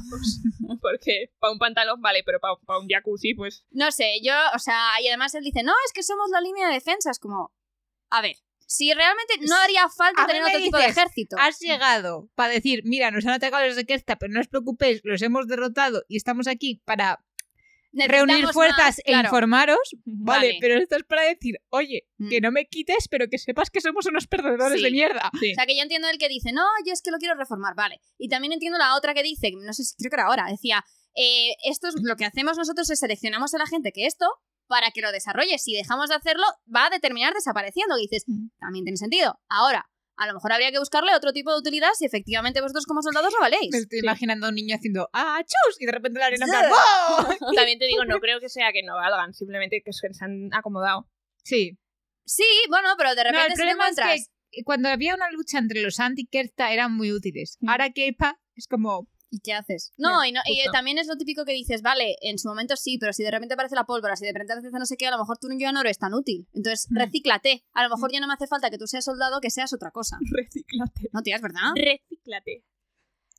Speaker 1: Porque para un pantalón vale, pero para un jacuzzi, pues.
Speaker 2: No sé, yo, o sea, y además él dice, no, es que somos la línea de defensa. Es como, a ver, si realmente no haría falta
Speaker 3: A mí
Speaker 2: tener
Speaker 3: me
Speaker 2: otro tipo de
Speaker 3: dices,
Speaker 2: ejército.
Speaker 3: Has llegado para decir, mira, nos han atacado los de Kersta, pero no os preocupéis, los hemos derrotado y estamos aquí para
Speaker 2: Necesitamos
Speaker 3: reunir
Speaker 2: más,
Speaker 3: fuerzas e
Speaker 2: claro.
Speaker 3: informaros. Vale,
Speaker 2: Vale.
Speaker 3: pero esto es para decir, oye,
Speaker 2: Mm.
Speaker 3: que no me quites, pero que sepas que somos unos perdedores
Speaker 2: Sí.
Speaker 3: de mierda.
Speaker 2: O sea, que yo entiendo el que dice, no, yo es que lo quiero reformar, vale. Y también entiendo la otra que dice, no sé si creo que era ahora, decía, eh, esto es- lo que hacemos nosotros es seleccionamos a la gente que esto para que lo desarrolle. Si dejamos de hacerlo, va a terminar desapareciendo. Y dices,
Speaker 3: Mm.
Speaker 2: también tiene sentido. Ahora, a lo mejor habría que buscarle otro tipo de utilidad si efectivamente vosotros como soldados no valéis.
Speaker 3: Me estoy
Speaker 1: Sí.
Speaker 3: imaginando a un niño haciendo ¡Ah, chus! Y de repente la arena en plan,
Speaker 2: Sí.
Speaker 3: ¡wow!
Speaker 1: También te digo, no creo que sea que no valgan, simplemente que se se han acomodado.
Speaker 3: Sí.
Speaker 2: Sí, bueno, pero de
Speaker 3: No,
Speaker 2: repente
Speaker 3: el
Speaker 2: si te
Speaker 3: problema es
Speaker 2: encuentras...
Speaker 3: que eh, cuando había una lucha entre los anti-Kerta eran muy útiles.
Speaker 1: Mm.
Speaker 3: Ahora que Epa es como...
Speaker 2: ¿Y qué haces? No, y, no y, eh,
Speaker 1: justo.
Speaker 2: también es lo típico que dices, vale, en su momento sí, pero si de repente aparece la pólvora, si de repente aparece no sé qué, a lo mejor tú ya no eres tan útil. Entonces,
Speaker 3: Mm.
Speaker 2: recíclate. A lo mejor ya no me hace falta que tú seas soldado, que seas otra cosa.
Speaker 1: Recíclate.
Speaker 2: No, tías, ¿verdad?
Speaker 1: Ah. Recíclate.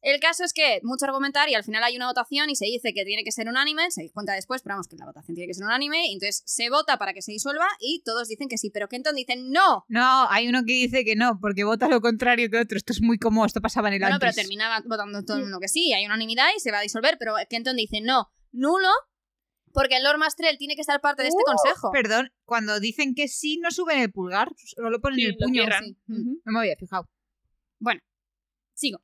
Speaker 2: El caso es que mucho argumentar y al final hay una votación y se dice que tiene que ser unánime, se cuenta después, pero vamos, que la votación tiene que ser unánime, y entonces se vota para que se disuelva y todos dicen que sí, pero Kenton dice no.
Speaker 3: No, hay uno que dice que no, porque vota lo contrario que otro. Esto es muy como esto pasaba en el
Speaker 2: Bueno, pero
Speaker 3: antes.
Speaker 2: terminaba votando todo el mundo que sí, hay unanimidad y se va a disolver, pero Kenton dice no, nulo, porque el Lord Mastrel tiene que estar parte de este
Speaker 3: Uh,
Speaker 2: consejo.
Speaker 3: Perdón, cuando dicen que sí, no suben el pulgar, solo ponen
Speaker 1: Sí,
Speaker 3: el
Speaker 1: lo
Speaker 3: puño.
Speaker 1: cierran.
Speaker 2: Sí. mm,
Speaker 3: Ujú. No me había fijado.
Speaker 2: Sigo.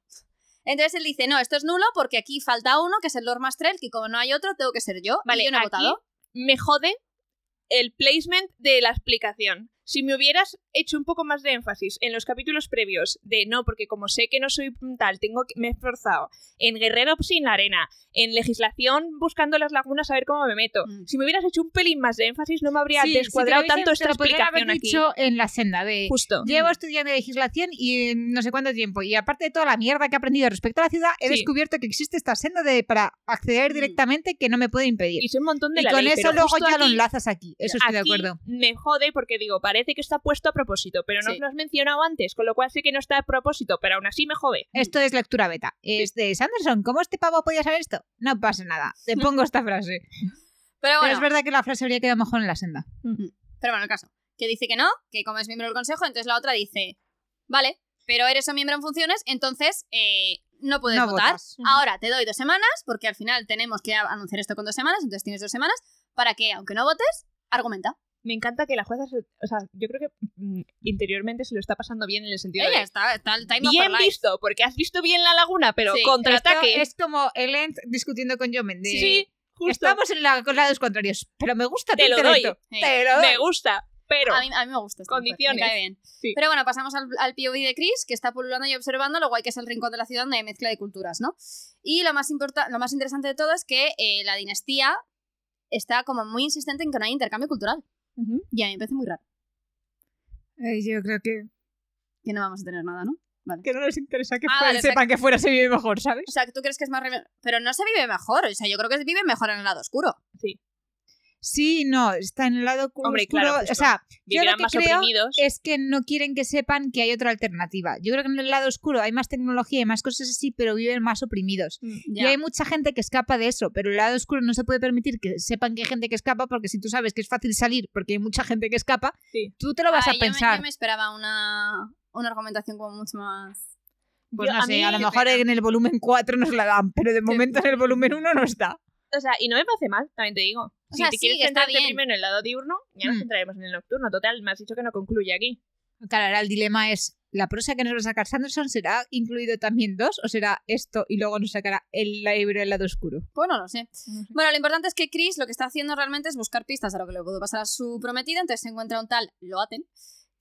Speaker 2: Entonces él dice, no, esto es nulo porque aquí falta uno, que es el Lord Mastrel, que como no hay otro, tengo que ser yo.
Speaker 1: Vale,
Speaker 2: y yo no he
Speaker 1: aquí-
Speaker 2: votado.
Speaker 1: Me jode el placement de la explicación. Si me hubieras hecho un poco más de énfasis en los capítulos previos de no, porque como sé que no soy tal, tengo que, me he esforzado en guerrero sin la arena, en legislación buscando las lagunas a ver cómo me meto.
Speaker 2: Mm.
Speaker 1: Si me hubieras hecho un pelín más de énfasis, no me habría
Speaker 3: Sí,
Speaker 1: descuadrado
Speaker 3: si te lo
Speaker 1: tanto
Speaker 3: hubiesen-
Speaker 1: esta
Speaker 3: te lo podrían haber
Speaker 1: explicación aquí.
Speaker 3: dicho en la senda de...
Speaker 1: Justo.
Speaker 3: Llevo estudiando legislación y eh, no sé cuánto tiempo. Y aparte de toda la mierda que he aprendido respecto a la ciudad, he
Speaker 1: Sí.
Speaker 3: descubierto que existe esta senda de para acceder
Speaker 2: Mm.
Speaker 3: directamente que no me puede impedir.
Speaker 1: Y sé un montón de
Speaker 3: Y
Speaker 1: la
Speaker 3: con
Speaker 1: ley,
Speaker 3: eso
Speaker 1: pero
Speaker 3: luego
Speaker 1: justo
Speaker 3: ya lo
Speaker 1: aquí-
Speaker 3: enlazas aquí. Eso estoy
Speaker 1: aquí
Speaker 3: de acuerdo.
Speaker 1: Me jode porque digo, parece que está puesto a propósito, pero no
Speaker 2: Sí.
Speaker 1: os lo has mencionado antes, con lo cual sé que no está a propósito, pero aún así me jode.
Speaker 3: Esto es lectura beta. Es de Sanderson, ¿cómo este pavo podía saber esto? No pasa nada. Te pongo esta frase.
Speaker 2: Pero
Speaker 3: Pero
Speaker 2: bueno, mm,
Speaker 3: es verdad que la frase habría quedado mejor en la senda.
Speaker 2: pero bueno, el caso. Que dice que no, que como es miembro del consejo, entonces la otra dice, vale, pero eres un miembro en funciones, entonces eh, no puedes
Speaker 3: No
Speaker 2: votar.
Speaker 3: votas.
Speaker 1: Ujú.
Speaker 2: Ahora te doy dos semanas, porque al final tenemos que anunciar esto con dos semanas, entonces tienes dos semanas para que, aunque no votes, argumenta.
Speaker 1: Me encanta que la jueza, se- o sea, yo creo que mm, interiormente se lo está pasando bien en el sentido
Speaker 2: Ella
Speaker 1: de...
Speaker 2: está, está el time of her
Speaker 1: Bien
Speaker 2: life.
Speaker 1: visto, porque has visto bien la laguna, pero
Speaker 2: Sí,
Speaker 1: contraataque.
Speaker 3: Esto es como el End discutiendo con Joe Mendes.
Speaker 1: Sí, sí, justo.
Speaker 3: Estamos en la, con lados contrarios, pero me gusta tu
Speaker 1: Te lo
Speaker 3: intelecto.
Speaker 2: doy.
Speaker 3: Te lo doy.
Speaker 1: Me gusta, pero...
Speaker 2: A mí, a mí me gusta. esta mujer,
Speaker 1: Condiciones.
Speaker 2: me cae bien.
Speaker 1: Sí.
Speaker 2: Pero bueno, pasamos al, al POV de Chris, que está pululando y observando lo guay que es el rincón de la ciudad donde hay mezcla de culturas, ¿no? Y lo más, importa- lo más interesante de todo es que eh, la dinastía está como muy insistente en que no hay intercambio cultural.
Speaker 1: Ujú.
Speaker 2: Y a mí me parece muy raro
Speaker 3: Eh, yo creo que,
Speaker 2: que no vamos a tener nada, ¿no?
Speaker 3: que no les interesa que
Speaker 2: Ah,
Speaker 3: fuera-
Speaker 2: vale, o sea
Speaker 3: sepan que fuera se vive mejor, ¿sabes?
Speaker 2: O sea, ¿tú crees que es más... rebel- Pero no se vive mejor, o sea, yo creo que se vive mejor en el lado oscuro.
Speaker 3: Sí, no, está en el lado cu-
Speaker 1: Hombre,
Speaker 3: oscuro.
Speaker 1: claro, justo.
Speaker 3: o sea, yo lo
Speaker 1: Vivirán
Speaker 3: que
Speaker 1: más
Speaker 3: creo
Speaker 1: oprimidos.
Speaker 3: es que no quieren que sepan que hay otra alternativa. Yo creo que en el lado oscuro hay más tecnología y más cosas así, pero viven más oprimidos. Y
Speaker 2: Ya.
Speaker 3: hay mucha gente que escapa de eso, pero el lado oscuro no se puede permitir que sepan que hay gente que escapa porque si tú sabes que es fácil salir porque hay mucha gente que escapa,
Speaker 1: Sí.
Speaker 3: tú te lo vas
Speaker 2: Ah,
Speaker 3: a
Speaker 2: yo me- Yo me,
Speaker 3: pensar.
Speaker 2: esperaba una, una argumentación como mucho más.
Speaker 3: Pues
Speaker 1: Yo-
Speaker 3: no
Speaker 1: a
Speaker 3: sé,
Speaker 1: mí-
Speaker 3: a, lo
Speaker 1: qué
Speaker 3: mejor
Speaker 1: pena.
Speaker 3: en el volumen 4 nos la dan, pero de momento en el volumen 1 no está.
Speaker 1: O sea, y no me parece mal, también te digo. si
Speaker 2: sea,
Speaker 1: te
Speaker 2: sí,
Speaker 1: quieres
Speaker 2: que está
Speaker 1: centrarte
Speaker 2: bien.
Speaker 1: primero en el lado diurno, ya nos
Speaker 3: Mm.
Speaker 1: centraremos en el nocturno. Total, me has dicho que no concluye aquí.
Speaker 3: Claro, ahora el dilema es, ¿la prosa que nos va a sacar Sanderson será incluido también dos o será esto y luego nos sacará el libro del lado oscuro?
Speaker 2: Pues no lo sé.
Speaker 1: No sé.
Speaker 2: Bueno, lo importante es que Chris lo que está haciendo realmente es buscar pistas a lo que le pudo pasar a su prometida. Entonces se encuentra un tal Loaten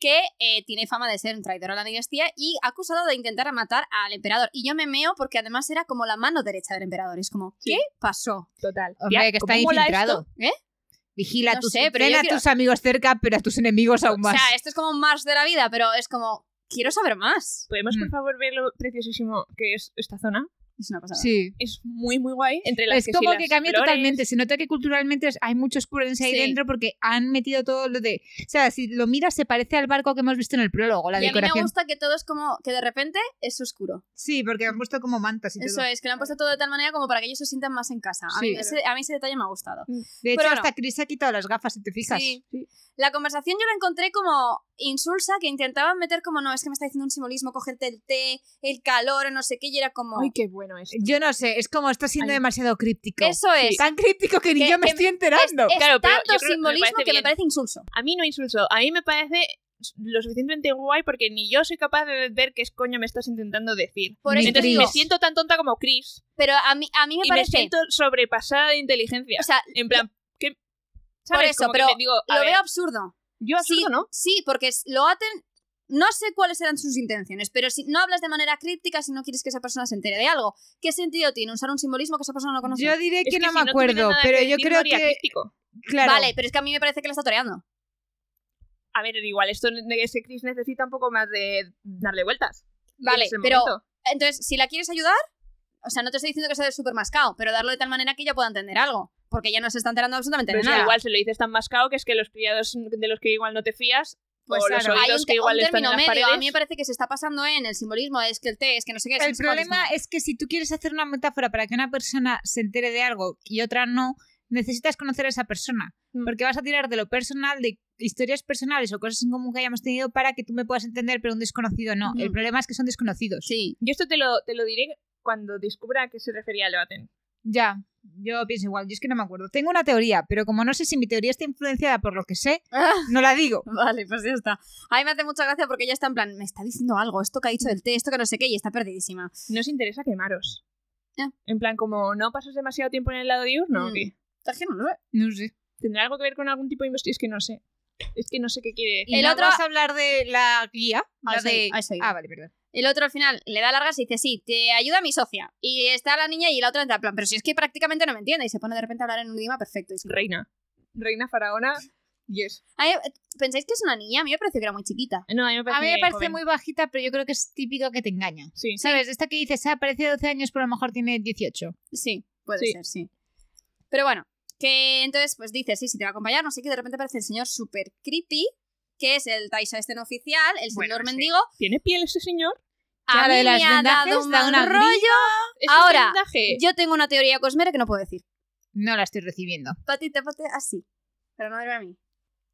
Speaker 2: que eh, tiene fama de ser un traidor a la dinastía y acusado de intentar matar al emperador. Y yo me meo porque además era como la mano derecha del emperador. Es como,
Speaker 1: Sí.
Speaker 2: ¿qué pasó?
Speaker 1: Total.
Speaker 3: Hombre,
Speaker 1: Tía,
Speaker 3: que está
Speaker 1: ¿cómo mola
Speaker 3: infiltrado.
Speaker 1: esto?
Speaker 2: ¿Eh?
Speaker 3: Vigila
Speaker 2: No
Speaker 3: tus,
Speaker 2: sé, pero
Speaker 3: ten
Speaker 2: yo
Speaker 3: a
Speaker 2: quiero-
Speaker 3: tus amigos cerca, pero a tus enemigos aún más.
Speaker 2: O sea, esto es como un Mars de la vida, pero es como, quiero saber más.
Speaker 1: ¿Podemos, por
Speaker 3: Mm.
Speaker 1: favor, ver lo preciosísimo que es esta zona?
Speaker 2: Es una pasada.
Speaker 3: sí.
Speaker 1: Es muy, muy guay. Entre las
Speaker 3: Es
Speaker 1: que sí,
Speaker 3: como
Speaker 1: las
Speaker 3: que cambia
Speaker 1: flores.
Speaker 3: totalmente. Se nota que culturalmente es- hay mucho oscurense ahí
Speaker 2: Sí.
Speaker 3: dentro porque han metido todo lo de. O sea, si lo miras, se parece al barco que hemos visto en el prólogo,
Speaker 2: y
Speaker 3: la
Speaker 2: a mí me
Speaker 3: decoración.
Speaker 2: gusta que todo es como, que de repente es oscuro.
Speaker 3: Sí, porque han puesto como mantas y
Speaker 2: Eso
Speaker 3: todo.
Speaker 2: es, que lo han puesto todo de tal manera como para que ellos se sientan más en casa. A,
Speaker 3: Sí.
Speaker 2: mí, ese, a mí ese detalle me ha gustado.
Speaker 3: De hecho,
Speaker 2: Pero
Speaker 3: hasta Chris se ha quitado las gafas, si te fijas.
Speaker 2: Sí. La conversación yo la encontré como insulsa, que intentaban meter como, no, es que me está diciendo un simbolismo, cogerte el té, el calor, o no sé qué, y era como...
Speaker 1: Ay, qué bueno esto.
Speaker 3: Yo no sé, es como está siendo
Speaker 1: Ay.
Speaker 3: demasiado críptico.
Speaker 2: Eso es.
Speaker 3: Tan críptico que ni
Speaker 2: Que-
Speaker 3: yo me
Speaker 2: que-
Speaker 3: estoy enterando.
Speaker 2: Es
Speaker 1: Claro, pero
Speaker 2: tanto
Speaker 1: yo creo que me
Speaker 2: simbolismo
Speaker 1: parece
Speaker 2: que me
Speaker 1: bien.
Speaker 2: parece insulso.
Speaker 1: A mí no insulso. A mí me parece lo suficientemente guay porque ni yo soy capaz de ver qué es coño me estás intentando decir.
Speaker 2: Por
Speaker 3: Ni
Speaker 2: eso te
Speaker 1: Entonces
Speaker 2: digo,
Speaker 1: me siento tan tonta como Chris
Speaker 2: pero a mí, a mí me
Speaker 1: y
Speaker 2: parece...
Speaker 1: me siento sobrepasada de inteligencia.
Speaker 2: O sea,
Speaker 1: En plan, ¿qué? ¿Sabes?
Speaker 2: eso,
Speaker 1: Como que
Speaker 2: pero
Speaker 1: me digo, a
Speaker 2: lo
Speaker 1: ver,
Speaker 2: veo absurdo.
Speaker 1: yo absurdo,
Speaker 2: sí,
Speaker 1: ¿no?
Speaker 2: Sí, porque lo aten... No sé cuáles eran sus intenciones, pero si no hablas de manera críptica, si no quieres que esa persona se entere de algo, ¿qué sentido tiene usar un simbolismo que esa persona no conoce?
Speaker 3: Yo diré que,
Speaker 1: Es
Speaker 3: no
Speaker 1: si
Speaker 3: me
Speaker 1: tuviera
Speaker 3: acuerdo,
Speaker 1: nada
Speaker 3: pero
Speaker 1: que
Speaker 3: yo
Speaker 1: decir, no
Speaker 3: creo
Speaker 1: haría
Speaker 3: que.
Speaker 1: crítico.
Speaker 3: Claro.
Speaker 2: Vale, pero es que a mí me parece que la está toreando.
Speaker 1: A ver, igual esto de ese Chris necesita un poco más de darle vueltas.
Speaker 2: Vale,
Speaker 1: Es el
Speaker 2: pero
Speaker 1: momento.
Speaker 2: Entonces, si la quieres ayudar, o sea, no te estoy diciendo que sea súper mascado, pero darlo de tal manera que ella pueda entender algo. Porque ella no se está enterando absolutamente
Speaker 1: Pero
Speaker 2: de
Speaker 1: es que
Speaker 2: nada.
Speaker 1: igual se lo dices tan mascado que es que los criados de los que igual no te fías
Speaker 3: Pues
Speaker 1: o
Speaker 3: claro.
Speaker 1: los
Speaker 2: Hay
Speaker 1: oídos
Speaker 2: un,
Speaker 1: que
Speaker 2: te-
Speaker 1: igual
Speaker 2: un
Speaker 1: están en
Speaker 2: término
Speaker 1: las
Speaker 2: medio.
Speaker 1: paredes.
Speaker 2: A mí me parece que se está pasando ¿eh? en el simbolismo, es que el té, es que no sé qué. es que
Speaker 3: El
Speaker 2: no sé cuántos,
Speaker 3: problema
Speaker 2: ¿no?
Speaker 3: es que si tú quieres hacer una metáfora para que una persona se entere de algo y otra no, necesitas conocer a esa persona.
Speaker 1: Mm.
Speaker 3: Porque vas a tirar de lo personal, de historias personales o cosas en común que hayamos tenido para que tú me puedas entender, pero un desconocido no. El
Speaker 2: Ujú.
Speaker 3: problema es que son desconocidos.
Speaker 2: Sí.
Speaker 1: Yo esto te lo, te lo diré cuando descubra a qué se refería Levaten.
Speaker 3: Ya, yo pienso igual. Yo es que no me acuerdo. Tengo una teoría, pero como no sé si mi teoría está influenciada por lo que sé, no la digo.
Speaker 2: Vale, pues ya está. A mí me hace mucha gracia porque ella está en plan, me está diciendo algo, esto que ha dicho del té, esto que no sé qué, y está perdidísima.
Speaker 1: No os interesa quemaros.
Speaker 2: Ah.
Speaker 1: En plan, como no pasas demasiado tiempo en el lado diurno, ¿o
Speaker 2: Mm.
Speaker 1: qué?
Speaker 2: Es que no lo sé.
Speaker 3: No sé.
Speaker 1: ¿Tendrá algo que ver con algún tipo de investigación? Es que no sé. Es que no sé qué quiere decir.
Speaker 3: ¿Y
Speaker 2: El
Speaker 3: no
Speaker 2: otro-
Speaker 3: vas a hablar de la guía?
Speaker 2: A
Speaker 3: La
Speaker 2: eso
Speaker 3: de-
Speaker 2: iba, a eso iba.
Speaker 3: Ah, vale, perdón.
Speaker 2: El otro al final le da largas y dice, sí, te ayuda mi socia. Y está la niña y la otra entra en plan, pero si es que prácticamente no me entiende. Y se pone de repente a hablar en un idioma perfecto. Y es como,
Speaker 1: Reina. Reina faraona. Yes.
Speaker 2: A mí- ¿Pensáis que es una niña? A mí me pareció que era muy chiquita.
Speaker 1: No, a mí me parece,
Speaker 3: A mí me parece
Speaker 1: joven.
Speaker 3: muy bajita, pero yo creo que es típico que te engaña.
Speaker 1: Sí.
Speaker 3: ¿Sabes? Esta que dices, ah, parece de 12 años, pero a lo mejor tiene 18.
Speaker 2: Sí, puede
Speaker 1: Sí.
Speaker 2: ser, sí. Pero bueno, que entonces pues dice, sí, si te va a acompañar, no sé qué, de repente aparece el señor super creepy, que es el Taisha este no oficial, el
Speaker 1: Bueno,
Speaker 2: señor
Speaker 1: sí.
Speaker 2: mendigo.
Speaker 1: ¿Tiene piel ese señor?
Speaker 2: A
Speaker 3: Claro,
Speaker 2: mí
Speaker 3: de las
Speaker 2: me ha dado
Speaker 3: vendajes,
Speaker 2: un
Speaker 3: da
Speaker 2: mal
Speaker 3: una
Speaker 2: rollo.
Speaker 1: ¿Es
Speaker 2: Ahora,
Speaker 1: un vendaje?
Speaker 2: Yo tengo una teoría cosmera que no puedo decir.
Speaker 3: No la estoy recibiendo.
Speaker 2: Patita, patita, así. Pero no era a mí.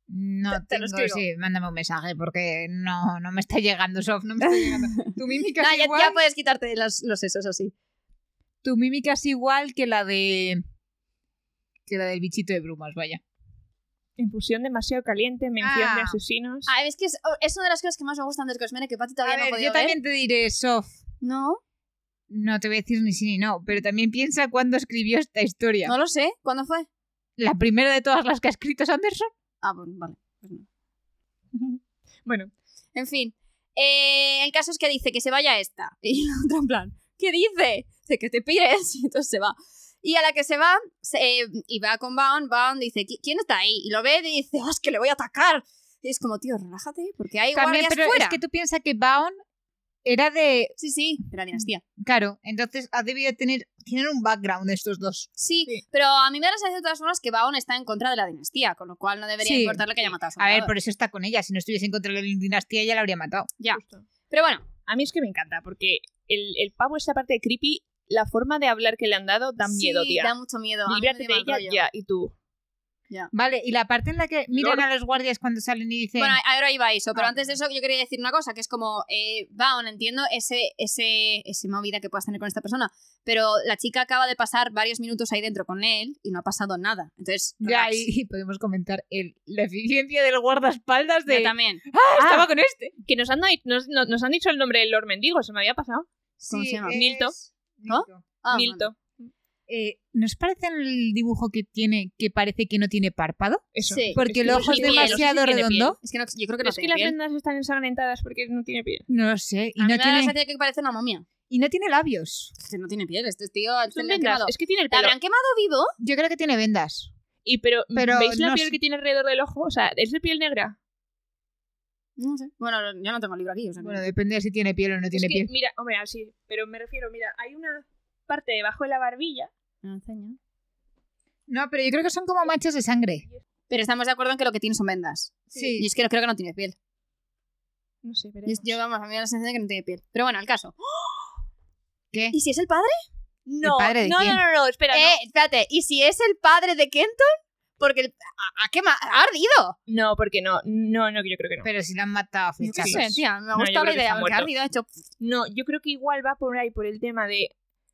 Speaker 3: No
Speaker 1: Te- te lo
Speaker 3: tengo,
Speaker 1: escribo.
Speaker 3: sí, mándame un mensaje porque no, no me está llegando, Sof, no me está llegando. Tu mímica
Speaker 2: No,
Speaker 3: es
Speaker 2: ya,
Speaker 3: igual,
Speaker 2: ya puedes quitarte los, los sesos así.
Speaker 3: tu mímica es igual que la de que la del bichito de brumas, vaya.
Speaker 1: Infusión demasiado caliente, mención
Speaker 3: Ah.
Speaker 1: de asesinos.
Speaker 2: Ah, es que es, es una de las cosas que más me gustan del cosmere que Pati todavía
Speaker 3: A
Speaker 2: no ha
Speaker 3: ver,
Speaker 2: podido
Speaker 3: yo
Speaker 2: ver.
Speaker 3: también te diré, Sof,
Speaker 2: No,
Speaker 3: no te voy a decir ni sí ni no, pero también piensa cuándo escribió esta historia.
Speaker 2: no lo sé. ¿Cuándo fue?
Speaker 3: La primera de todas las que ha escrito Sanderson.
Speaker 2: Ah, bueno, vale. pues no.
Speaker 1: Bueno,
Speaker 2: En fin. Eh, el caso es que dice que se vaya esta. Y la otra en plan, ¿qué dice? Dice que te pires. Y entonces se va. Y a la que se va, se- eh, y va con Bound, Bound dice, "¿Qui- ¿quién está ahí? Y lo ve y dice, "Oh, es que le voy a atacar. Y es como, tío, relájate, porque hay
Speaker 3: También,
Speaker 2: guardias
Speaker 3: pero
Speaker 2: fuera.
Speaker 3: es que tú piensas que Baon era de.
Speaker 2: Sí, sí, de la dinastía.
Speaker 3: Claro, entonces ha debido tener. Tienen un background estos dos.
Speaker 2: Sí,
Speaker 1: Sí.
Speaker 2: pero a mí me da la sensación de todas formas que Baon está en contra de la dinastía, con lo cual no debería
Speaker 3: Sí.
Speaker 2: importarle que haya matado a su
Speaker 3: A ver,
Speaker 2: emperador.
Speaker 3: por eso está con ella. Si no estuviese en contra de la dinastía, ya la habría matado.
Speaker 2: Ya. Pero bueno,
Speaker 1: A mí es que me encanta, porque el, el pavo, esta parte de creepy, la forma de hablar que le han dado da miedo,
Speaker 2: sí,
Speaker 1: tía.
Speaker 2: da mucho miedo. A mí me
Speaker 1: Líbrate
Speaker 2: dio mal
Speaker 1: de ella
Speaker 2: rollo.
Speaker 1: ya, y tú.
Speaker 3: Vale, y la parte en la que miran
Speaker 1: Lord.
Speaker 3: a los guardias cuando salen y dicen.
Speaker 2: Bueno, ahora iba a eso, pero
Speaker 3: Ah.
Speaker 2: antes de eso yo quería decir una cosa, que es como, eh, Baon, entiendo ese, ese, ese movida que puedas tener con esta persona, pero la chica acaba de pasar varios minutos ahí dentro con él y no ha pasado nada. Entonces,
Speaker 3: ya,
Speaker 2: relax.
Speaker 3: y, y podemos comentar el- la eficiencia del guardaespaldas de.
Speaker 2: Yo también.
Speaker 3: ¡Ah, estaba con este.
Speaker 1: Que nos han, dai- nos, no- nos han dicho el nombre del Lord Mendigo, se me había pasado.
Speaker 2: ¿Cómo se llama?
Speaker 1: Nilto.
Speaker 2: ¿No? Ah,
Speaker 1: Nilto.
Speaker 3: Eh, ¿Nos parece el dibujo que tiene que parece que no tiene párpado?
Speaker 1: Eso.
Speaker 2: Sí.
Speaker 3: Porque el
Speaker 1: que
Speaker 3: ojo es
Speaker 1: sí tiene- sí
Speaker 3: demasiado
Speaker 1: tiene piel.
Speaker 3: redondo.
Speaker 2: bueno. Es que no- yo creo que no
Speaker 1: es que las vendas están ensangrentadas porque no tiene piel.
Speaker 3: No lo sé. Y
Speaker 2: no
Speaker 3: no,
Speaker 2: me da la
Speaker 3: tiene,
Speaker 2: sensación que parece una momia.
Speaker 3: y no tiene labios.
Speaker 2: Este no tiene piel, este tío este
Speaker 1: Son
Speaker 2: le han
Speaker 1: vendas,
Speaker 2: quemado.
Speaker 1: Es que tiene el
Speaker 2: ¿La
Speaker 1: pelo.
Speaker 2: habrán quemado vivo?
Speaker 3: Yo creo que tiene vendas.
Speaker 1: Y pero,
Speaker 3: Pero
Speaker 1: ¿veis la
Speaker 3: no
Speaker 1: piel
Speaker 3: sé.
Speaker 1: que tiene alrededor del ojo? O sea, ¿es de piel negra?
Speaker 2: No sé. Bueno, yo no tengo el libro aquí, o sea. que-
Speaker 3: Bueno, depende de si tiene piel o no tiene
Speaker 1: es que,
Speaker 3: piel.
Speaker 1: mira, hombre, así, pero me refiero, mira, hay una parte debajo de la barbilla.
Speaker 2: Me lo enseña.
Speaker 3: No, pero yo creo que son como manchas de sangre.
Speaker 2: Pero estamos de acuerdo en que lo que tiene son vendas.
Speaker 3: Sí.
Speaker 2: Y es que no creo que no tiene piel.
Speaker 1: No sé, pero...
Speaker 2: Yo, yo, vamos, a mí me da la sensación de que no tiene piel. Pero bueno, el caso.
Speaker 3: ¿Qué?
Speaker 2: ¿Y si es el padre?
Speaker 1: No,
Speaker 3: padre de
Speaker 1: no,
Speaker 3: quién?
Speaker 1: no, no, no, espera,
Speaker 2: eh, espérate. ¿Y si es el padre de Kenton? Porque el- ha, ha quema- ha ardido.
Speaker 1: no. No, porque no, no, no, yo creo que no.
Speaker 3: Pero si la han matado a
Speaker 2: Yo qué
Speaker 3: flechazos.
Speaker 2: sé, tía. Me ha
Speaker 1: No, yo
Speaker 2: gustado la
Speaker 1: creo que
Speaker 2: idea.
Speaker 1: está
Speaker 2: Porque ha
Speaker 1: muerto.
Speaker 2: ardido, ha hecho...
Speaker 1: No, yo creo que igual va por ahí, por el tema de...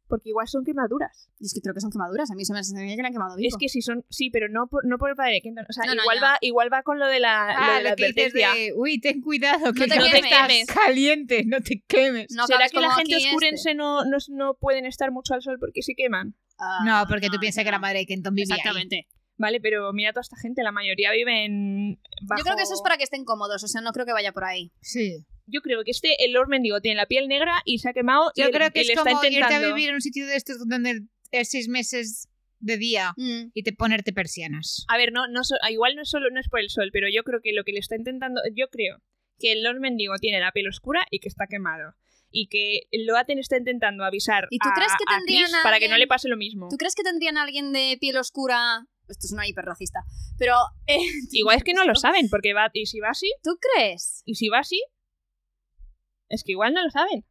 Speaker 1: Porque igual son quemaduras.
Speaker 2: Y es que creo que son quemaduras. A mí se me da la sensación de que le han quemado vivo.
Speaker 1: Es que sí son... Sí, pero no por, no por el padre de Kenton. O sea,
Speaker 2: No, no,
Speaker 1: igual,
Speaker 2: ya.
Speaker 1: va, igual va con lo de la, lo
Speaker 3: Ah,
Speaker 1: de la
Speaker 3: lo que dices
Speaker 1: advertencia.
Speaker 3: de, uy, ten cuidado, que
Speaker 2: te
Speaker 3: no te
Speaker 2: quemes.
Speaker 3: estás caliente, no te quemes.
Speaker 2: No
Speaker 1: ¿Será
Speaker 2: acabes
Speaker 1: que la
Speaker 2: como
Speaker 1: gente
Speaker 2: aquí
Speaker 1: oscurense
Speaker 2: este.
Speaker 1: no, no, no pueden estar mucho al sol porque se queman?
Speaker 2: Ah,
Speaker 3: No, porque tú
Speaker 2: no,
Speaker 3: piensas
Speaker 2: no.
Speaker 3: que la madre de Kenton vivía ahí.
Speaker 2: Exactamente.
Speaker 1: Vale, pero mira toda esta gente, la mayoría vive en... Bajo...
Speaker 2: Yo creo que eso es para que estén cómodos. O sea, no creo que vaya por ahí.
Speaker 3: Sí.
Speaker 1: Yo creo que este, el Lord Mendigo, tiene la piel negra y se ha quemado y,
Speaker 3: Yo
Speaker 1: le-
Speaker 3: creo que
Speaker 1: y
Speaker 3: es
Speaker 1: le está
Speaker 3: como irte a
Speaker 1: intentando...
Speaker 3: vivir en un sitio de estos donde es seis meses de día
Speaker 2: Mm.
Speaker 3: y te ponerte persianas.
Speaker 1: A ver, no, no, so- ah, igual no es solo no es por el sol, pero yo creo que lo que le está intentando, yo creo que el Lord Mendigo tiene la piel oscura y que está quemado. Y que Loaten está intentando avisar
Speaker 2: ¿Y tú
Speaker 1: a-
Speaker 2: crees que
Speaker 1: a
Speaker 2: tendrían
Speaker 1: Cleese para que no
Speaker 2: alguien-
Speaker 1: le pase lo mismo.
Speaker 2: ¿Tú crees que tendrían a alguien de piel oscura? Esto es una hiperracista. Pero, eh,
Speaker 1: Igual es que no lo saben, porque va, y si va así,
Speaker 2: ¿tú crees?
Speaker 1: y si va así, es que igual no lo saben.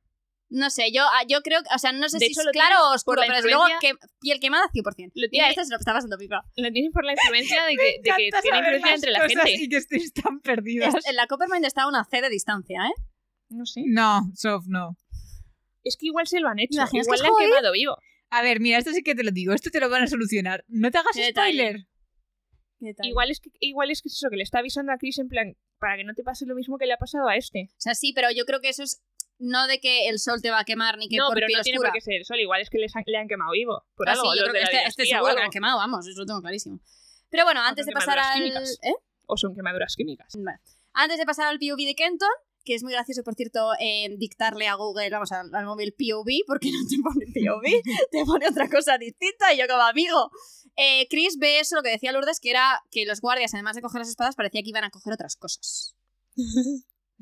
Speaker 2: No sé, yo, ah, yo creo, que- o sea, no sé
Speaker 1: De
Speaker 2: si
Speaker 1: hecho,
Speaker 2: es
Speaker 1: lo
Speaker 2: claro o oscuro,
Speaker 1: la
Speaker 2: pero desde luego
Speaker 1: influencia-
Speaker 2: que- piel quemada 100%.
Speaker 1: Lo
Speaker 2: Mira,
Speaker 1: tiene-
Speaker 2: esto es lo que está pasando, Pipa.
Speaker 1: Lo tienen por la influencia de que, de que
Speaker 3: encanta
Speaker 1: tiene
Speaker 3: saber
Speaker 1: influencia
Speaker 3: las
Speaker 1: entre la
Speaker 3: cosas
Speaker 1: gente.
Speaker 3: Y que estéis tan perdidas.
Speaker 2: Es- En Este, la Coppermine está a una C de distancia, ¿eh?
Speaker 1: No sé.
Speaker 3: No, Sof, no.
Speaker 1: Es que igual se lo han hecho.
Speaker 2: ¿Te imaginas
Speaker 1: Igual
Speaker 2: que
Speaker 1: le han
Speaker 2: joder?
Speaker 1: quemado vivo.
Speaker 3: A ver, mira, esto sí que te lo digo. Esto te lo van a solucionar. No te hagas
Speaker 2: Qué detalle.
Speaker 3: spoiler.
Speaker 1: Igual es, que, igual es que es eso, que le está avisando a Chris en plan, para que no te pase lo mismo que le ha pasado a este.
Speaker 2: O sea, sí, pero yo creo que eso es no de que el sol te va a quemar ni que
Speaker 1: no,
Speaker 2: por
Speaker 1: pero
Speaker 2: piel
Speaker 1: no tiene
Speaker 2: oscura.
Speaker 1: por qué ser el sol. Igual es que les han- le han quemado vivo. Por
Speaker 2: Ah, sí,
Speaker 1: algo.
Speaker 2: yo
Speaker 1: los
Speaker 2: creo
Speaker 1: de
Speaker 2: que
Speaker 1: la
Speaker 2: este, este
Speaker 1: dinastía o algo.
Speaker 2: seguro que lo
Speaker 1: Ah, pues
Speaker 2: han quemado, vamos, eso lo tengo clarísimo. Pero bueno, antes de pasar
Speaker 1: quemaduras
Speaker 2: al...
Speaker 1: químicas.
Speaker 2: ¿eh?
Speaker 1: O son quemaduras químicas.
Speaker 2: Vale. Antes de pasar al POV de Kenton, que es muy gracioso, por cierto, eh, dictarle a Google, vamos, al, al móvil POV, porque no te pone POV, te pone otra cosa distinta, y yo como amigo. Eh, Chris ve eso, lo que decía Lourdes, que era que los guardias, además de coger las espadas, parecía que iban a coger otras cosas.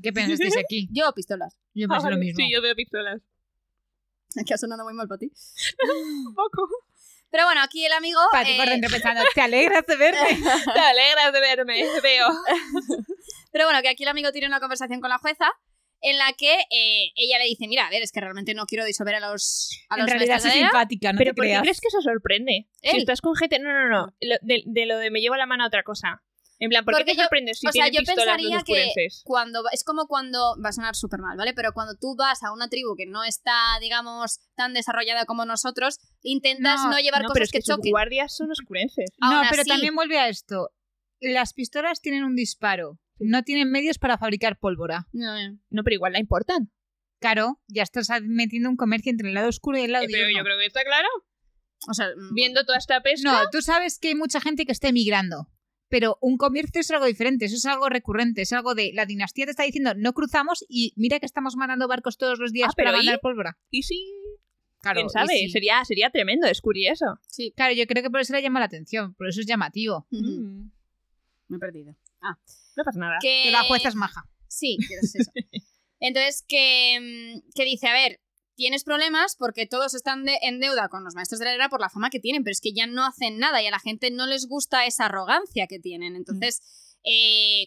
Speaker 3: ¿Qué pensasteis aquí?
Speaker 2: Yo, pistolas.
Speaker 3: Yo pensé
Speaker 1: Ah,
Speaker 3: lo mismo.
Speaker 1: Sí, yo veo pistolas.
Speaker 2: Que ha sonado muy mal para ti.
Speaker 1: Un poco.
Speaker 2: Pero bueno, aquí el amigo...
Speaker 3: Pati
Speaker 2: eh,
Speaker 3: por dentro pensando, te alegras de verte.
Speaker 1: Te alegras de verme. Veo.
Speaker 2: Pero bueno, que aquí el amigo tiene una conversación con la jueza en la que eh, ella le dice, mira, a ver, es que realmente no quiero disolver a los... A
Speaker 3: en
Speaker 2: los
Speaker 3: realidad
Speaker 2: maestros de
Speaker 3: soy
Speaker 2: arena".
Speaker 3: simpática, no
Speaker 1: pero
Speaker 3: te
Speaker 1: ¿por qué
Speaker 3: creas.
Speaker 1: crees que eso sorprende? Si
Speaker 2: Él.
Speaker 1: estás con gente... No, no, no. Lo- de, de lo de me llevo la mano a otra cosa. En plan, ¿por qué
Speaker 2: Porque
Speaker 1: te
Speaker 2: yo-
Speaker 1: sorprendes si
Speaker 2: o sea,
Speaker 1: tienen
Speaker 2: yo
Speaker 1: pistolas los
Speaker 2: pensaría que-
Speaker 1: oscurenses?
Speaker 2: cuando es como cuando va a sonar súper mal, ¿vale? Pero cuando tú vas a una tribu que no está, digamos, tan desarrollada como nosotros, intentas no,
Speaker 3: No,
Speaker 2: llevar
Speaker 1: No, pero
Speaker 2: cosas
Speaker 1: es que,
Speaker 2: que
Speaker 1: sus
Speaker 2: choquen.
Speaker 1: guardias son oscurenses.
Speaker 3: No,
Speaker 2: Aún
Speaker 3: pero
Speaker 2: así-
Speaker 3: también vuelve a esto. Las pistolas tienen un disparo. No tienen medios para fabricar pólvora.
Speaker 2: No, eh. no.
Speaker 1: No, pero igual la importan.
Speaker 3: Claro, ya estás metiendo un comercio entre el lado oscuro y el lado
Speaker 1: Eh, pero yo
Speaker 3: diurno.
Speaker 1: creo que está claro.
Speaker 2: O sea, mm,
Speaker 1: Viendo toda esta pesca...
Speaker 3: No, tú sabes que hay mucha gente que está emigrando. Pero un comercio es algo diferente, eso es algo recurrente, es algo de la dinastía te está diciendo no cruzamos y mira que estamos mandando barcos todos los días
Speaker 1: Ah, pero
Speaker 3: para
Speaker 1: ¿y?
Speaker 3: mandar pólvora.
Speaker 1: Y sí...
Speaker 3: Claro,
Speaker 1: ¿Quién
Speaker 3: y
Speaker 1: sabe?
Speaker 3: sí.
Speaker 1: Sería, sería tremendo descubrir eso.
Speaker 2: mm, sí.
Speaker 3: Claro, yo creo que por eso le llama la atención, por eso es llamativo.
Speaker 2: Ujú. Me he perdido.
Speaker 1: Mm. No pasa nada.
Speaker 2: Que... Eh,
Speaker 3: Que la jueza es maja.
Speaker 2: Sí, que es eso. Entonces, que, mm, que dice, a ver, tienes problemas porque todos están de- en deuda con los maestros de la era por la fama que tienen, pero es que ya no hacen nada y a la gente no les gusta esa arrogancia que
Speaker 3: Mm.
Speaker 2: tienen. Entonces, eh,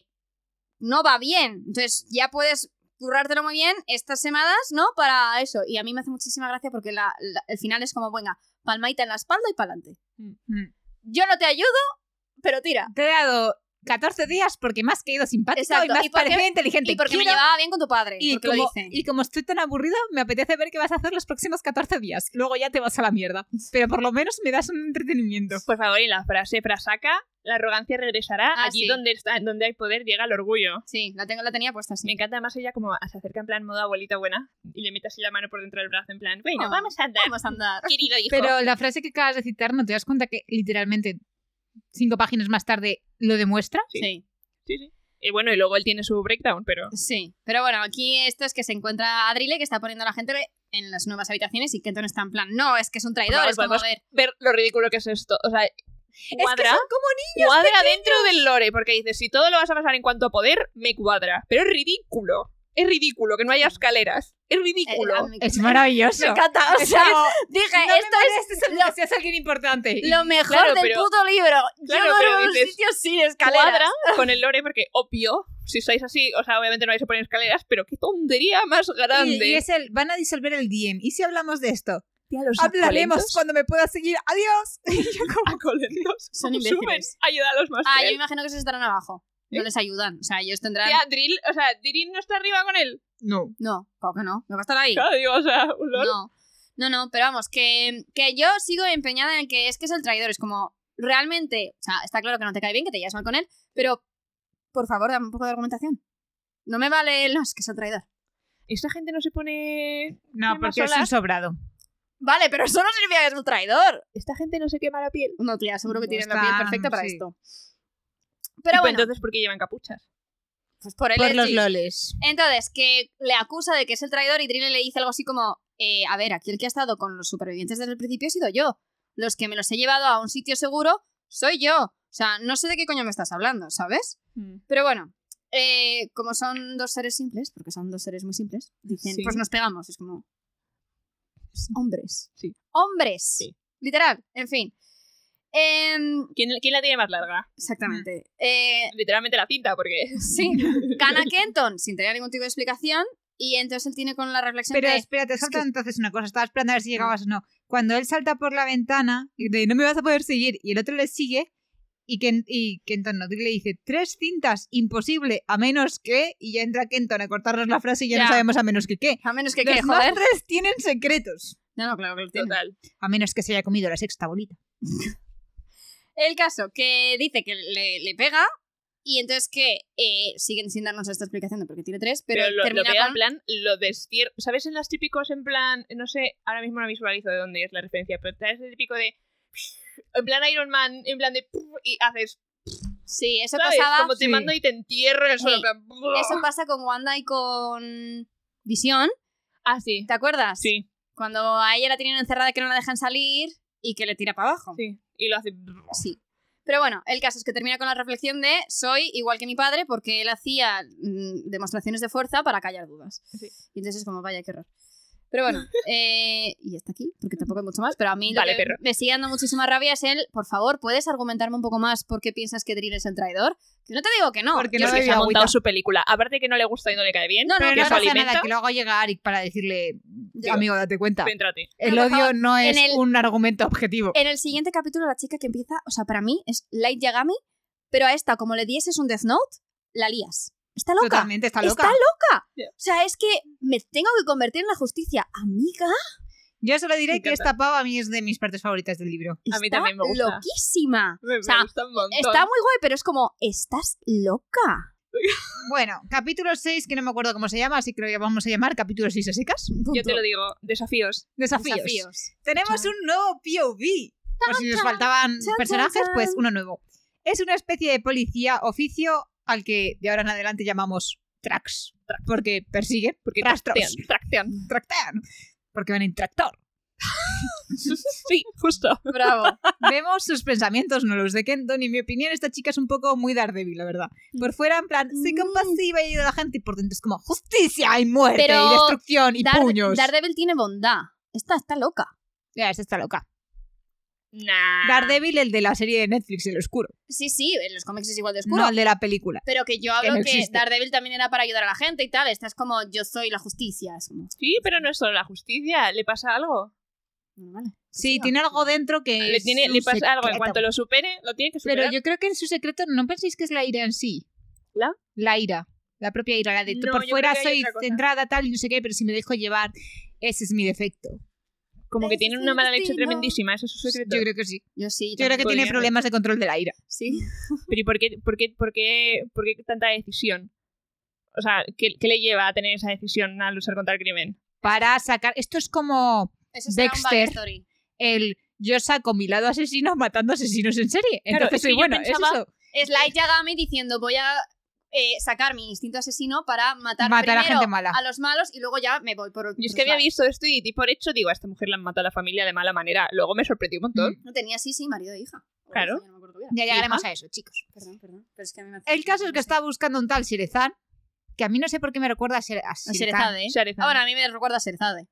Speaker 2: no va bien. Entonces, ya puedes currártelo muy bien estas semanas, ¿no? Para eso. Y a mí me hace muchísima gracia porque la- la- el final es como, venga, palmadita en la espalda y pa'lante.
Speaker 3: Mm.
Speaker 2: Yo no te ayudo, pero tira.
Speaker 3: Te he dado 14 días porque me has caído simpático y
Speaker 2: Exacto.
Speaker 3: me has
Speaker 2: ¿Y por qué-
Speaker 3: parecido inteligente.
Speaker 2: Y porque me
Speaker 3: Quiero-
Speaker 2: llevaba bien con tu padre.
Speaker 3: y
Speaker 2: porque
Speaker 3: como,
Speaker 2: lo dice.
Speaker 3: y como estoy tan aburrido, me apetece ver qué vas a hacer los próximos 14 días. Luego ya te vas a la mierda. Pero por lo menos me das un entretenimiento.
Speaker 1: Por favor, y la frase frasaca, la arrogancia regresará
Speaker 2: Ah,
Speaker 1: allí
Speaker 2: sí.
Speaker 1: donde, está, donde hay poder llega el orgullo.
Speaker 2: Sí, la, tengo, la tenía puesta
Speaker 1: Me
Speaker 2: así.
Speaker 1: encanta más ella como se acerca en plan modo abuelita buena y le mete así la mano por dentro del brazo en plan, bueno,
Speaker 2: Ah.
Speaker 1: vamos a andar,
Speaker 2: Vamos a andar.
Speaker 1: querido hijo.
Speaker 3: Pero la frase que acabas de citar, ¿no te das cuenta que literalmente cinco páginas más tarde lo demuestra?
Speaker 1: Sí.
Speaker 2: Sí,
Speaker 1: Sí, sí. Y bueno, y luego él tiene su breakdown, pero...
Speaker 2: sí. Pero bueno, aquí esto es que se encuentra Adrile que está poniendo a la gente en las nuevas habitaciones y Kenton está en plan, no, es que es un traidor,
Speaker 1: Vamos,
Speaker 2: es como
Speaker 1: vamos.
Speaker 2: eh, ver.
Speaker 1: Ver lo ridículo que es esto. O sea,
Speaker 3: Es que
Speaker 1: cuadra,
Speaker 3: son como
Speaker 1: cuadra dentro del lore, porque dices, si todo lo vas a pasar en cuanto a poder, me cuadra. Pero es ridículo. Es ridículo que no haya escaleras. Es
Speaker 2: eh,
Speaker 1: ridículo.
Speaker 2: a mí-
Speaker 3: Es maravilloso.
Speaker 2: Me encanta, o
Speaker 3: Es
Speaker 2: sea,
Speaker 3: como,
Speaker 2: dije,
Speaker 3: no me
Speaker 2: esto
Speaker 3: molestes
Speaker 2: es
Speaker 3: aunque
Speaker 2: lo,
Speaker 3: seas alguien importante. Y-
Speaker 2: lo mejor
Speaker 1: Claro,
Speaker 2: del
Speaker 1: pero-
Speaker 2: puto libro.
Speaker 1: claro,
Speaker 2: Yo
Speaker 1: pero
Speaker 2: duermo en un
Speaker 1: dices,
Speaker 2: sitio sin escaleras.
Speaker 1: Cuadra con el lore, porque obvio, si sois así, o sea, obviamente no vais a poner escaleras, pero qué tontería más grande.
Speaker 3: Y, y es el, van a disolver el DM. ¿Y si hablamos de esto?
Speaker 1: Ya los
Speaker 3: Hablaremos cuando me pueda seguir. ¡Adiós!
Speaker 1: acolentos.
Speaker 2: Son
Speaker 1: ¿Cómo
Speaker 2: imbéciles.
Speaker 1: suben? Ayuda a los más
Speaker 2: Ah, yo me
Speaker 1: fieles.
Speaker 2: imagino que se estarán abajo. No
Speaker 1: ¿Eh?
Speaker 2: les ayudan. O sea, ellos tendrán...
Speaker 1: Tía, Drill, o sea, Dirin no está arriba con él.
Speaker 3: No.
Speaker 2: No, claro que no. No va a estar ahí.
Speaker 1: Claro, digo, o sea, un lore.
Speaker 2: No, no, no, pero vamos, que, que yo sigo empeñada en que es que es el traidor, es como, realmente, o sea, está claro que no te cae bien, que te llevas mal con él, pero por favor, dame un poco de argumentación. No me vale, el, no, es que es el traidor.
Speaker 1: Esta gente no se pone.
Speaker 3: No,
Speaker 1: Quema
Speaker 3: porque es
Speaker 1: solar.
Speaker 3: un sobrado.
Speaker 2: Vale, pero eso no significa que es un traidor.
Speaker 1: Esta gente no se quema la piel.
Speaker 2: No, tía, seguro que tienes la
Speaker 3: Está,
Speaker 2: piel perfecta para
Speaker 3: sí.
Speaker 2: esto.
Speaker 1: Y,
Speaker 2: Pero
Speaker 1: pues,
Speaker 2: bueno,
Speaker 1: entonces, ¿por qué llevan capuchas?
Speaker 2: pues por él
Speaker 3: Por
Speaker 2: es
Speaker 3: los
Speaker 2: sí.
Speaker 3: loles.
Speaker 2: Entonces, que le acusa de que es el traidor y Drille le dice algo así como, eh, a ver, aquí el que ha estado con los supervivientes desde el principio he sido yo. Los que me los he llevado a un sitio seguro soy yo. O sea, no sé de qué coño me estás hablando, ¿sabes?
Speaker 1: Mm.
Speaker 2: Pero bueno, eh, como son dos seres simples, porque son dos seres muy simples, dicen,
Speaker 1: Sí.
Speaker 2: pues nos pegamos. Es como... Hombres.
Speaker 1: Sí.
Speaker 2: Hombres.
Speaker 1: Sí.
Speaker 2: Literal. En fin. Em,
Speaker 1: ¿Quién, quién la tiene más larga?
Speaker 2: exactamente.
Speaker 1: Mm.
Speaker 2: Eh,
Speaker 1: Literalmente la cinta, porque.
Speaker 2: sí. Gana Kenton sin tener ningún tipo de explicación y entonces él tiene con la reflexión
Speaker 3: Pero
Speaker 2: de...
Speaker 3: espérate, salta
Speaker 2: que-
Speaker 3: entonces una cosa. Estaba esperando a ver si llegabas o no. Cuando él salta por la ventana, y de no me vas a poder seguir, y el otro le sigue, y, Ken- y Kenton no, le dice, tres cintas, imposible, a menos que, y ya entra Kenton a cortarnos la frase y ya,
Speaker 2: Ya.
Speaker 3: no sabemos a menos que qué.
Speaker 2: A menos que
Speaker 3: Los
Speaker 2: qué, joder.
Speaker 3: madres tienen secretos.
Speaker 2: No, no, claro que lo tiene.
Speaker 1: Total.
Speaker 3: A menos que se haya comido la sexta bolita.
Speaker 2: El caso, que dice que le, le pega y entonces que eh, siguen sin darnos esta explicación de por qué tiene tres, pero,
Speaker 1: Pero, lo, lo
Speaker 2: termina
Speaker 1: pega en
Speaker 2: con...
Speaker 1: plan, lo destierra. ¿Sabes en las típicos en plan, no sé, ahora mismo no visualizo de dónde es la referencia, pero es el típico de. En plan Iron Man, en plan de. Y haces.
Speaker 2: Sí, eso
Speaker 1: ¿sabes?
Speaker 2: pasaba...
Speaker 1: Como te
Speaker 3: Sí.
Speaker 1: mando y te entierro en el suelo.
Speaker 2: Sí.
Speaker 1: en plan,
Speaker 2: Eso pasa con Wanda y con Visión,
Speaker 1: Ah, sí.
Speaker 2: ¿te acuerdas?
Speaker 1: Sí,
Speaker 2: Cuando a ella la tienen encerrada que no la dejan salir y que le tira para abajo.
Speaker 1: sí. Y lo hace.
Speaker 2: Sí. Pero bueno, el caso es que termina con la reflexión de soy igual que mi padre porque él hacía mm, demostraciones de fuerza para callar dudas.
Speaker 1: Sí.
Speaker 2: Y entonces es como, vaya, qué error. Pero bueno, eh, y está aquí, porque tampoco hay mucho más, pero a mí lo
Speaker 1: Vale,
Speaker 2: que
Speaker 1: perro.
Speaker 2: me sigue dando muchísima rabia es el, por favor, ¿puedes argumentarme un poco más por qué piensas que Drill es el traidor? Que no te digo que no.
Speaker 3: Porque
Speaker 2: yo
Speaker 3: no
Speaker 2: sé-
Speaker 1: que se ha
Speaker 3: bebió
Speaker 1: montado
Speaker 3: agüita.
Speaker 1: su película. Aparte que no le gusta y no le cae bien.
Speaker 2: No, no,
Speaker 3: Pero
Speaker 1: que
Speaker 3: no
Speaker 1: se
Speaker 3: pasa
Speaker 1: alimenta.
Speaker 3: nada, que luego llega Arik para decirle,
Speaker 2: Yo-
Speaker 3: amigo, date cuenta.
Speaker 1: Céntrate.
Speaker 3: El
Speaker 2: Pero, por
Speaker 3: odio
Speaker 2: favor,
Speaker 3: no es
Speaker 2: en el-
Speaker 3: un argumento objetivo.
Speaker 2: En el siguiente capítulo la chica que empieza, o sea, para mí es Light Yagami, pero a esta, como le dieses un Death Note, la lías. Está loca.
Speaker 3: Totalmente, está loca.
Speaker 2: Está loca.
Speaker 1: Yeah.
Speaker 2: O sea, es que me tengo que convertir en la justicia, amiga.
Speaker 3: Yo solo diré
Speaker 1: Me
Speaker 3: que
Speaker 1: encanta.
Speaker 3: esta pava a mí es de mis partes favoritas del libro.
Speaker 1: A mí
Speaker 2: Está
Speaker 1: también me gusta.
Speaker 2: Loquísima.
Speaker 1: Me, me
Speaker 2: O sea,
Speaker 1: gusta un montón.
Speaker 2: Está muy guay, pero es como, estás loca.
Speaker 3: Bueno, capítulo 6, que no me acuerdo cómo se llama, así que lo vamos a llamar capítulo 6 a secas.
Speaker 1: Yo te lo digo, desafíos.
Speaker 3: Desafíos. Tenemos un nuevo POV. Por si nos faltaban
Speaker 2: chan,
Speaker 3: personajes,
Speaker 2: chan.
Speaker 3: pues uno nuevo. Es una especie de policía oficio al que de ahora en adelante llamamos tracks. Porque persigue,
Speaker 1: Porque
Speaker 3: rastros,
Speaker 1: tractean, tractean.
Speaker 3: tractean, porque van en tractor.
Speaker 1: Sí, justo.
Speaker 2: Bravo.
Speaker 3: Vemos sus pensamientos, no los de Kenton. Y en mi opinión, esta chica es un poco muy Daredevil, la verdad. Por fuera, en plan, soy
Speaker 2: Mm.
Speaker 3: compasiva y ayudo a la gente. Y por dentro es como justicia y muerte
Speaker 2: Pero
Speaker 3: y destrucción y
Speaker 2: Dar-
Speaker 3: puños.
Speaker 2: Daredevil tiene bondad. Esta está loca.
Speaker 3: Ya, esta está loca.
Speaker 1: Nah.
Speaker 3: Ah. Daredevil, el de la serie de Netflix, el oscuro.
Speaker 2: Sí, sí, en los cómics es igual de oscuro.
Speaker 3: No el de la película.
Speaker 2: Pero que yo
Speaker 3: Que
Speaker 2: hablo
Speaker 3: no
Speaker 2: que,
Speaker 3: existe.
Speaker 2: Daredevil también era para ayudar a la gente y tal. Esta es como yo soy la justicia. Es como,
Speaker 1: Sí, pero no es solo la justicia. ¿Le pasa algo?
Speaker 2: bueno, vale.
Speaker 3: Sí,
Speaker 2: Hostia.
Speaker 3: tiene algo dentro que.
Speaker 1: Le,
Speaker 3: es
Speaker 1: tiene,
Speaker 3: un
Speaker 1: le pasa algo. En
Speaker 3: secreto.
Speaker 1: cuanto lo supere, lo tiene que superar.
Speaker 3: Pero yo creo que en su secreto no penséis que es la ira en sí.
Speaker 1: ¿La?
Speaker 3: La ira. La propia ira. La de
Speaker 1: No,
Speaker 3: por
Speaker 1: yo
Speaker 3: fuera
Speaker 1: creo que hay
Speaker 3: soy
Speaker 1: otra cosa.
Speaker 3: centrada, tal y no sé qué, pero si me dejo llevar, ese es mi defecto.
Speaker 1: Como que
Speaker 2: Ese
Speaker 1: tiene
Speaker 2: es
Speaker 1: una
Speaker 2: el
Speaker 1: mala leche
Speaker 2: destino.
Speaker 1: tremendísima. Eso es su secreto.
Speaker 3: Yo creo que sí.
Speaker 2: Yo sí.
Speaker 3: Yo creo que
Speaker 2: también.
Speaker 3: tiene
Speaker 1: podría-
Speaker 3: problemas de control de la ira.
Speaker 2: Sí.
Speaker 1: Pero ¿y por qué, por qué, por qué, por qué tanta decisión? O sea, ¿qué, qué le lleva a tener esa decisión a luchar contra el crimen?
Speaker 3: Para sacar. Esto es como
Speaker 2: Eso será un
Speaker 3: Dexter.
Speaker 2: backstory.
Speaker 3: el. Yo saco mi lado asesino matando asesinos en serie.
Speaker 1: Claro,
Speaker 3: Entonces
Speaker 1: es que
Speaker 3: soy
Speaker 1: yo
Speaker 3: bueno.
Speaker 1: pensaba-
Speaker 3: es eso.
Speaker 2: Es Light Yagami diciendo voy a eh, sacar mi instinto asesino para matar,
Speaker 3: Matar a
Speaker 2: primero
Speaker 3: gente mala.
Speaker 2: a los malos y luego ya me voy por otro.
Speaker 1: Yo es que había visto esto y di por hecho, digo, a esta mujer la han matado a la familia de mala manera. Luego me sorprendió un montón.
Speaker 2: No tenía sí, sí, marido e hija. O
Speaker 1: Claro.
Speaker 2: hija, ya no me acuerdo qué era.
Speaker 3: Mm. Ya llegaremos a eso, chicos.
Speaker 2: Perdón, perdón. Pero es que a mí me hace-
Speaker 3: El caso es que estaba buscando un tal Sherezan, que a mí no sé por qué me recuerda a, Shere- a
Speaker 2: A
Speaker 3: Shere Khan.
Speaker 2: Serezade.
Speaker 1: Sharizan.
Speaker 2: ¿eh? Ahora a mí me recuerda a Serezade.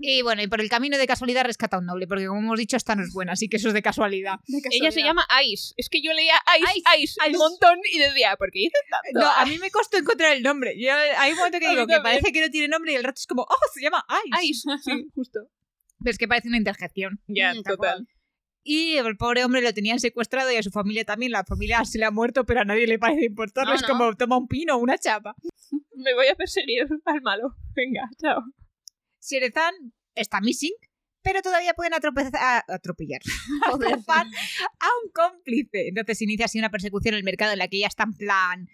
Speaker 3: Y bueno, y por el camino de casualidad rescata a un noble, porque como hemos dicho, esta no es buena, así que eso es de casualidad.
Speaker 1: Ella se llama Ice. Es que yo leía Ice,
Speaker 2: Ice,
Speaker 1: Ice, un montón y decía, ¿por qué dices tanto?
Speaker 3: No, a mí me costó encontrar el nombre. Yo- hay un momento que
Speaker 1: A mí
Speaker 3: digo que
Speaker 1: también.
Speaker 3: parece que no tiene nombre y el rato es como, ¡oh, se llama Ice!
Speaker 1: Ice, sí, justo.
Speaker 3: Pero es que parece una interjección.
Speaker 1: Ya,
Speaker 2: Mm, tal
Speaker 1: total.
Speaker 3: Y el pobre hombre lo tenían secuestrado y a su familia también. La familia se le ha muerto, pero a nadie le parece importarle.
Speaker 2: No,
Speaker 3: es
Speaker 2: no.
Speaker 3: como, toma un pino, una chapa.
Speaker 1: Me voy a perseguir al malo. Venga, chao.
Speaker 3: Sherezan está missing, pero todavía pueden atropezar- atropellar.
Speaker 2: Joder.
Speaker 3: atrapar a un cómplice. Entonces inicia así una persecución en el mercado en la que ella está en plan.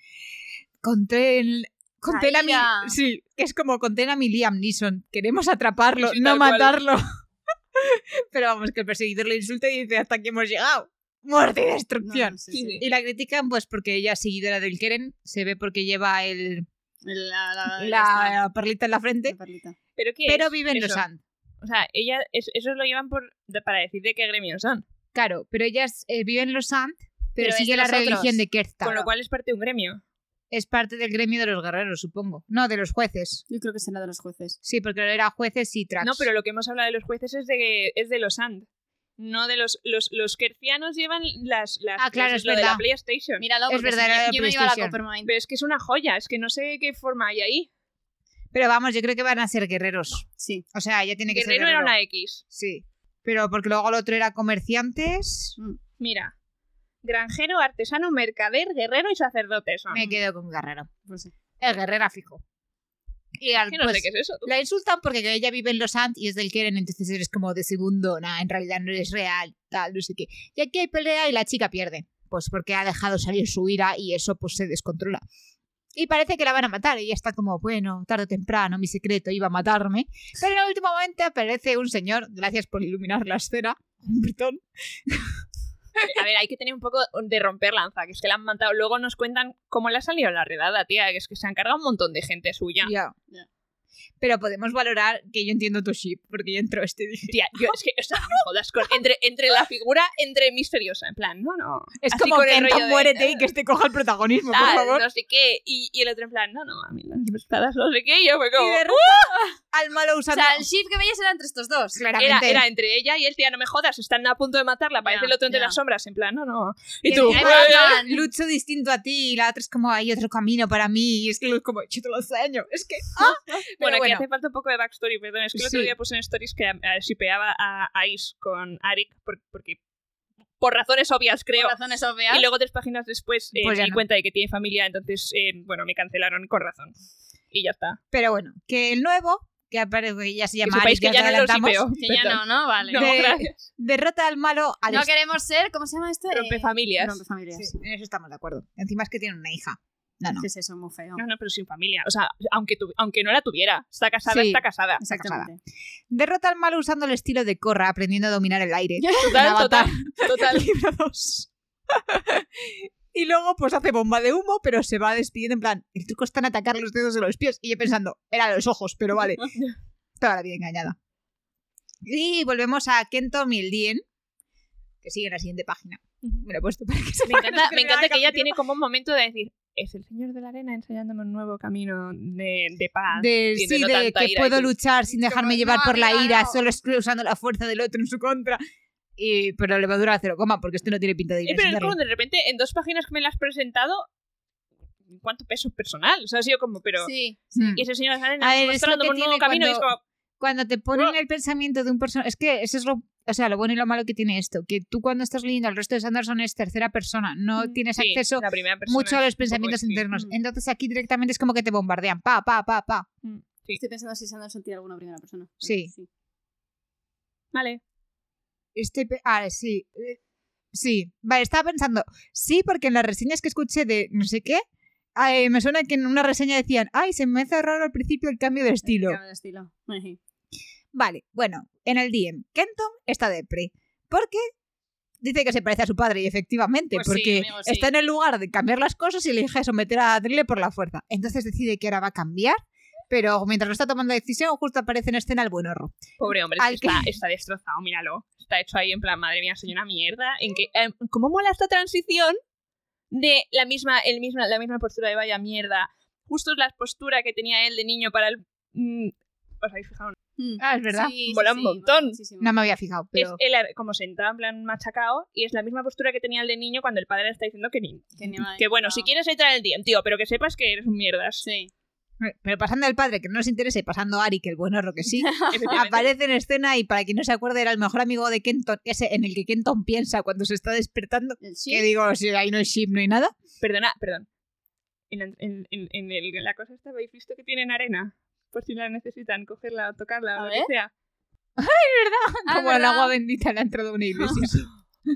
Speaker 3: Contén. Contén a mi.
Speaker 2: Traída.
Speaker 3: Sí, que es como contén a mi Liam Neeson. Queremos atraparlo,
Speaker 1: Sí,
Speaker 3: no
Speaker 1: tal cual.
Speaker 3: matarlo. Pero vamos, que el perseguidor le insulta y dice: Hasta aquí hemos llegado. Muerte y
Speaker 2: No,
Speaker 3: destrucción.
Speaker 2: no sé,
Speaker 1: Sí,
Speaker 2: sí.
Speaker 1: sí.
Speaker 3: Y la critican, pues porque ella es seguidora del Keren. Se ve porque lleva el,
Speaker 2: La, la,
Speaker 1: Ah,
Speaker 2: la- esta-
Speaker 3: la perlita en la
Speaker 2: la
Speaker 3: frente.
Speaker 2: perlita.
Speaker 1: ¿Pero qué
Speaker 3: Pero
Speaker 1: es
Speaker 3: vive en
Speaker 1: eso?
Speaker 3: los Andes.
Speaker 1: O sea, ella, es- eso lo llevan por, de- para decir de qué gremio son.
Speaker 3: Claro, pero ella es- eh, vive en los Andes, pero,
Speaker 2: Pero es
Speaker 3: sigue
Speaker 2: de
Speaker 3: la
Speaker 2: los otros.
Speaker 3: religión de Kerta.
Speaker 1: Con lo cual es parte de un gremio.
Speaker 3: es parte del gremio de los guerreros, supongo. No, de los jueces.
Speaker 2: Yo creo que será de los jueces.
Speaker 3: Sí, porque era jueces y tracks.
Speaker 1: No, pero lo que hemos hablado de los jueces es de, es de los AND. No de los. Los, los kercianos llevan las. las
Speaker 3: Ah, claro,
Speaker 1: las-
Speaker 3: es
Speaker 1: lo de la
Speaker 3: verdad.
Speaker 1: PlayStation.
Speaker 2: Míralo,
Speaker 3: Es
Speaker 2: porque
Speaker 3: verdad,
Speaker 2: si
Speaker 3: era
Speaker 2: yo-
Speaker 3: de
Speaker 2: yo me iba a la
Speaker 3: PlayStation.
Speaker 2: Coppermine.
Speaker 1: Pero es que es una joya, es que no sé qué forma hay ahí.
Speaker 3: Pero vamos, yo creo que van a ser guerreros.
Speaker 2: Sí.
Speaker 3: O sea, ya tiene que ser.
Speaker 1: Guerrero era una X.
Speaker 3: Sí. Pero porque luego el otro era comerciantes.
Speaker 1: Mira. Granjero, artesano, mercader, guerrero y sacerdote son.
Speaker 3: Me quedo con guerrero.
Speaker 2: Pues sí.
Speaker 3: El guerrero fijo. Y al,
Speaker 1: Que no
Speaker 3: pues,
Speaker 1: sé qué es eso. tú.
Speaker 3: la insultan porque que ella vive en los Ant y es del Keren, entonces eres como de segundo, nada, en realidad no eres real, tal, no sé qué. Y aquí hay pelea y la chica pierde, pues porque ha dejado salir su ira y eso pues se descontrola. Y parece que la van a matar y ella está como, bueno, tarde o temprano, mi secreto iba a matarme. Pero en el último momento aparece un señor, gracias por iluminar la escena, un bretón.
Speaker 1: A ver, hay que tener un poco de romper lanza, que es que la han matado. Luego nos cuentan cómo le ha salido la redada, tía, que es que se han cargado un montón de gente suya.
Speaker 3: Ya.
Speaker 2: Ya.
Speaker 3: Pero podemos valorar que yo entiendo tu ship, porque yo entro este y dije,
Speaker 1: Tía, yo es que, o sea, no jodas, con- entre, entre la figura, entre misteriosa, en plan, no, no.
Speaker 3: Es
Speaker 1: Así
Speaker 3: como
Speaker 1: con el
Speaker 3: que
Speaker 1: rollo de-
Speaker 3: muérete y que este coja el protagonismo, por
Speaker 1: tal,
Speaker 3: favor.
Speaker 1: no sé qué. Y, y el otro en plan, no, no, a mí las espadas, no sé qué. Y yo fue como,
Speaker 3: Y de
Speaker 1: "Uh".
Speaker 3: repente, al malo
Speaker 2: O
Speaker 3: usando.
Speaker 2: sea, el shift que veías era entre estos dos.
Speaker 1: era,
Speaker 3: claramente.
Speaker 1: era entre ella y él, tía, no me jodas, están a punto de matarla. Aparece
Speaker 2: Ya,
Speaker 1: el otro entre
Speaker 2: ya.
Speaker 1: las sombras, en plan, no, no.
Speaker 3: Que
Speaker 1: Y tú,
Speaker 3: decía,
Speaker 1: "Eh".
Speaker 2: bueno,
Speaker 3: "Ah,
Speaker 2: ya,
Speaker 3: no, lucho distinto a ti y la otra es como hay otro camino para mí y es que lo- como yo te lo enseño es que ah, pero
Speaker 1: bueno,
Speaker 3: bueno,
Speaker 1: aquí hace falta un poco de backstory, perdón, es que el otro
Speaker 3: Sí.
Speaker 1: día puse en stories que eh, shipeaba a Ice con Arik por- porque, por razones obvias, creo.
Speaker 2: Por razones obvias.
Speaker 1: Y luego tres páginas después eh,
Speaker 3: Pues ya
Speaker 1: me di
Speaker 3: no.
Speaker 1: cuenta de que tiene familia, entonces, eh, bueno, me cancelaron con razón. Y ya está.
Speaker 3: pero bueno que el nuevo que aparece que ya se
Speaker 1: Que
Speaker 3: llama
Speaker 1: sepáis
Speaker 3: Aris,
Speaker 1: que
Speaker 3: ya
Speaker 1: ya
Speaker 3: te
Speaker 1: no lo
Speaker 3: adelantamos,
Speaker 1: shipeo.
Speaker 2: Que ya
Speaker 1: Perdón.
Speaker 2: no, ¿no? Vale.
Speaker 1: No,
Speaker 3: De-
Speaker 1: gracias.
Speaker 3: derrota al malo al
Speaker 2: No queremos ser, ¿cómo se llama esto? Eh,
Speaker 1: Rompefamilias.
Speaker 2: rompefamilias.
Speaker 3: Sí, en eso estamos de acuerdo encima es que tiene una hija no no
Speaker 2: ¿Qué es eso? Muy feo.
Speaker 1: No, no, pero sin familia. O sea, aunque, tu- aunque no la tuviera. Está casada,
Speaker 3: Sí.
Speaker 1: está casada.
Speaker 2: Exactamente.
Speaker 3: derrota al malo usando el estilo de Corra aprendiendo a dominar el aire
Speaker 1: Total,
Speaker 3: Un avatar.
Speaker 1: total, total.
Speaker 3: Libro dos. Y luego, pues hace bomba de humo, pero se va despidiendo en plan. El truco está en atacar los dedos de los pies. Y yo pensando, era los ojos, pero vale. Toda la vida engañada. Y volvemos a Kento Mildien, que sigue en la siguiente página. Me lo he puesto para que se
Speaker 1: Me encanta, me
Speaker 3: escribir
Speaker 1: encanta
Speaker 3: el
Speaker 1: que ella
Speaker 3: capítulo.
Speaker 1: tiene como un momento de decir, es el señor de la arena enseñándome un nuevo camino de, de paz.
Speaker 3: de,
Speaker 1: tiene
Speaker 3: sí,
Speaker 1: no
Speaker 3: de
Speaker 1: tanta
Speaker 3: que
Speaker 1: ira y
Speaker 3: puedo
Speaker 1: tal.
Speaker 3: luchar sin dejarme
Speaker 2: Como,
Speaker 3: llevar
Speaker 2: no,
Speaker 3: por la
Speaker 2: amiga,
Speaker 3: ira,
Speaker 2: no.
Speaker 3: solo estoy usando la fuerza del otro en su contra. Y, pero le va a durar cero coma, porque esto no tiene pinta de ir
Speaker 1: Eh,
Speaker 3: a
Speaker 1: pero es
Speaker 3: enseñarle.
Speaker 1: como de repente, en dos páginas que me las has presentado, ¿cuánto peso personal? O sea, ha sido como, pero...
Speaker 2: Sí.
Speaker 3: Mm.
Speaker 1: Y ese señor de la
Speaker 3: A
Speaker 1: arena
Speaker 3: ver, es lo que
Speaker 1: mostrándome un nuevo
Speaker 3: tiene
Speaker 1: camino y es
Speaker 3: cuando-
Speaker 1: como...
Speaker 3: Cuando te ponen el pensamiento de un personaje... Es que eso es lo... O sea, lo bueno y lo malo que tiene esto, que tú cuando estás leyendo el resto de Sanderson es tercera persona, no
Speaker 2: Mm.
Speaker 3: tienes
Speaker 1: sí,
Speaker 3: acceso
Speaker 1: la primera persona
Speaker 3: mucho a
Speaker 1: es
Speaker 3: los
Speaker 1: un poco
Speaker 3: pensamientos
Speaker 1: así.
Speaker 3: internos.
Speaker 2: Mm.
Speaker 3: Entonces aquí directamente es como que te bombardean, pa, pa, pa, pa.
Speaker 2: Estoy pensando si Sanderson tiene alguna primera persona.
Speaker 3: Sí.
Speaker 1: Vale.
Speaker 3: Este pe- ah, sí. eh, Sí. Vale, estaba pensando. Sí, porque en las reseñas que escuché de no sé qué, eh, me suena que en una reseña decían, ay, se me hace raro al principio el cambio de estilo.
Speaker 2: Cambio de estilo. Ujú.
Speaker 3: Vale, bueno, en el DM, Kenton está depre. Porque dice que se parece a su padre, y efectivamente,
Speaker 1: Pues sí,
Speaker 3: porque
Speaker 1: amigo, sí.
Speaker 3: está en el lugar de cambiar las cosas y le deja someter a Adrile por la fuerza. Entonces decide que ahora va a cambiar, pero mientras lo está tomando la decisión, justo aparece en escena el buen horro.
Speaker 1: Pobre hombre, es
Speaker 3: Al
Speaker 1: que
Speaker 3: que-
Speaker 1: está, está destrozado, míralo. Está hecho ahí en plan, madre mía, soy una mierda. En que, em, ¿Cómo mola esta transición de la misma, el misma, la misma postura de vaya mierda? Justo es la postura que tenía él de niño para el... mm, ¿Os habéis fijado?
Speaker 2: Mm.
Speaker 3: Ah, es verdad.
Speaker 2: Sí,
Speaker 1: Mola
Speaker 2: sí,
Speaker 1: un
Speaker 2: sí,
Speaker 1: montón.
Speaker 2: mola muchísimo.
Speaker 3: No me había fijado, pero...
Speaker 1: Es él eh, como sentado en plan machacao y es la misma postura que tenía el de niño cuando el padre le está diciendo que, ni-
Speaker 2: Que ni madre,
Speaker 1: que bueno,
Speaker 2: no.
Speaker 1: si quieres entrar en el día, tío, pero que sepas que eres un mierdas.
Speaker 2: Sí.
Speaker 3: Pero pasando al padre que no nos interesa y pasando a Ari, que el buen horro que sí,
Speaker 1: Efectivamente.
Speaker 3: aparece en escena y para quien no se acuerde era el mejor amigo de Kenton, ese en el que Kenton piensa cuando se está despertando.
Speaker 2: El
Speaker 3: Que
Speaker 2: sí.
Speaker 3: digo, si ahí no hay ship, no hay nada.
Speaker 1: Perdona, perdón. En, la- en- en- en el- en la cosa esta habéis visto que tienen arena. Por si la necesitan, cogerla o tocarla
Speaker 2: A
Speaker 1: o lo
Speaker 2: ver.
Speaker 1: que sea.
Speaker 2: Ah,
Speaker 3: Como el
Speaker 2: ¿verdad?
Speaker 3: agua bendita en la entrada de una iglesia.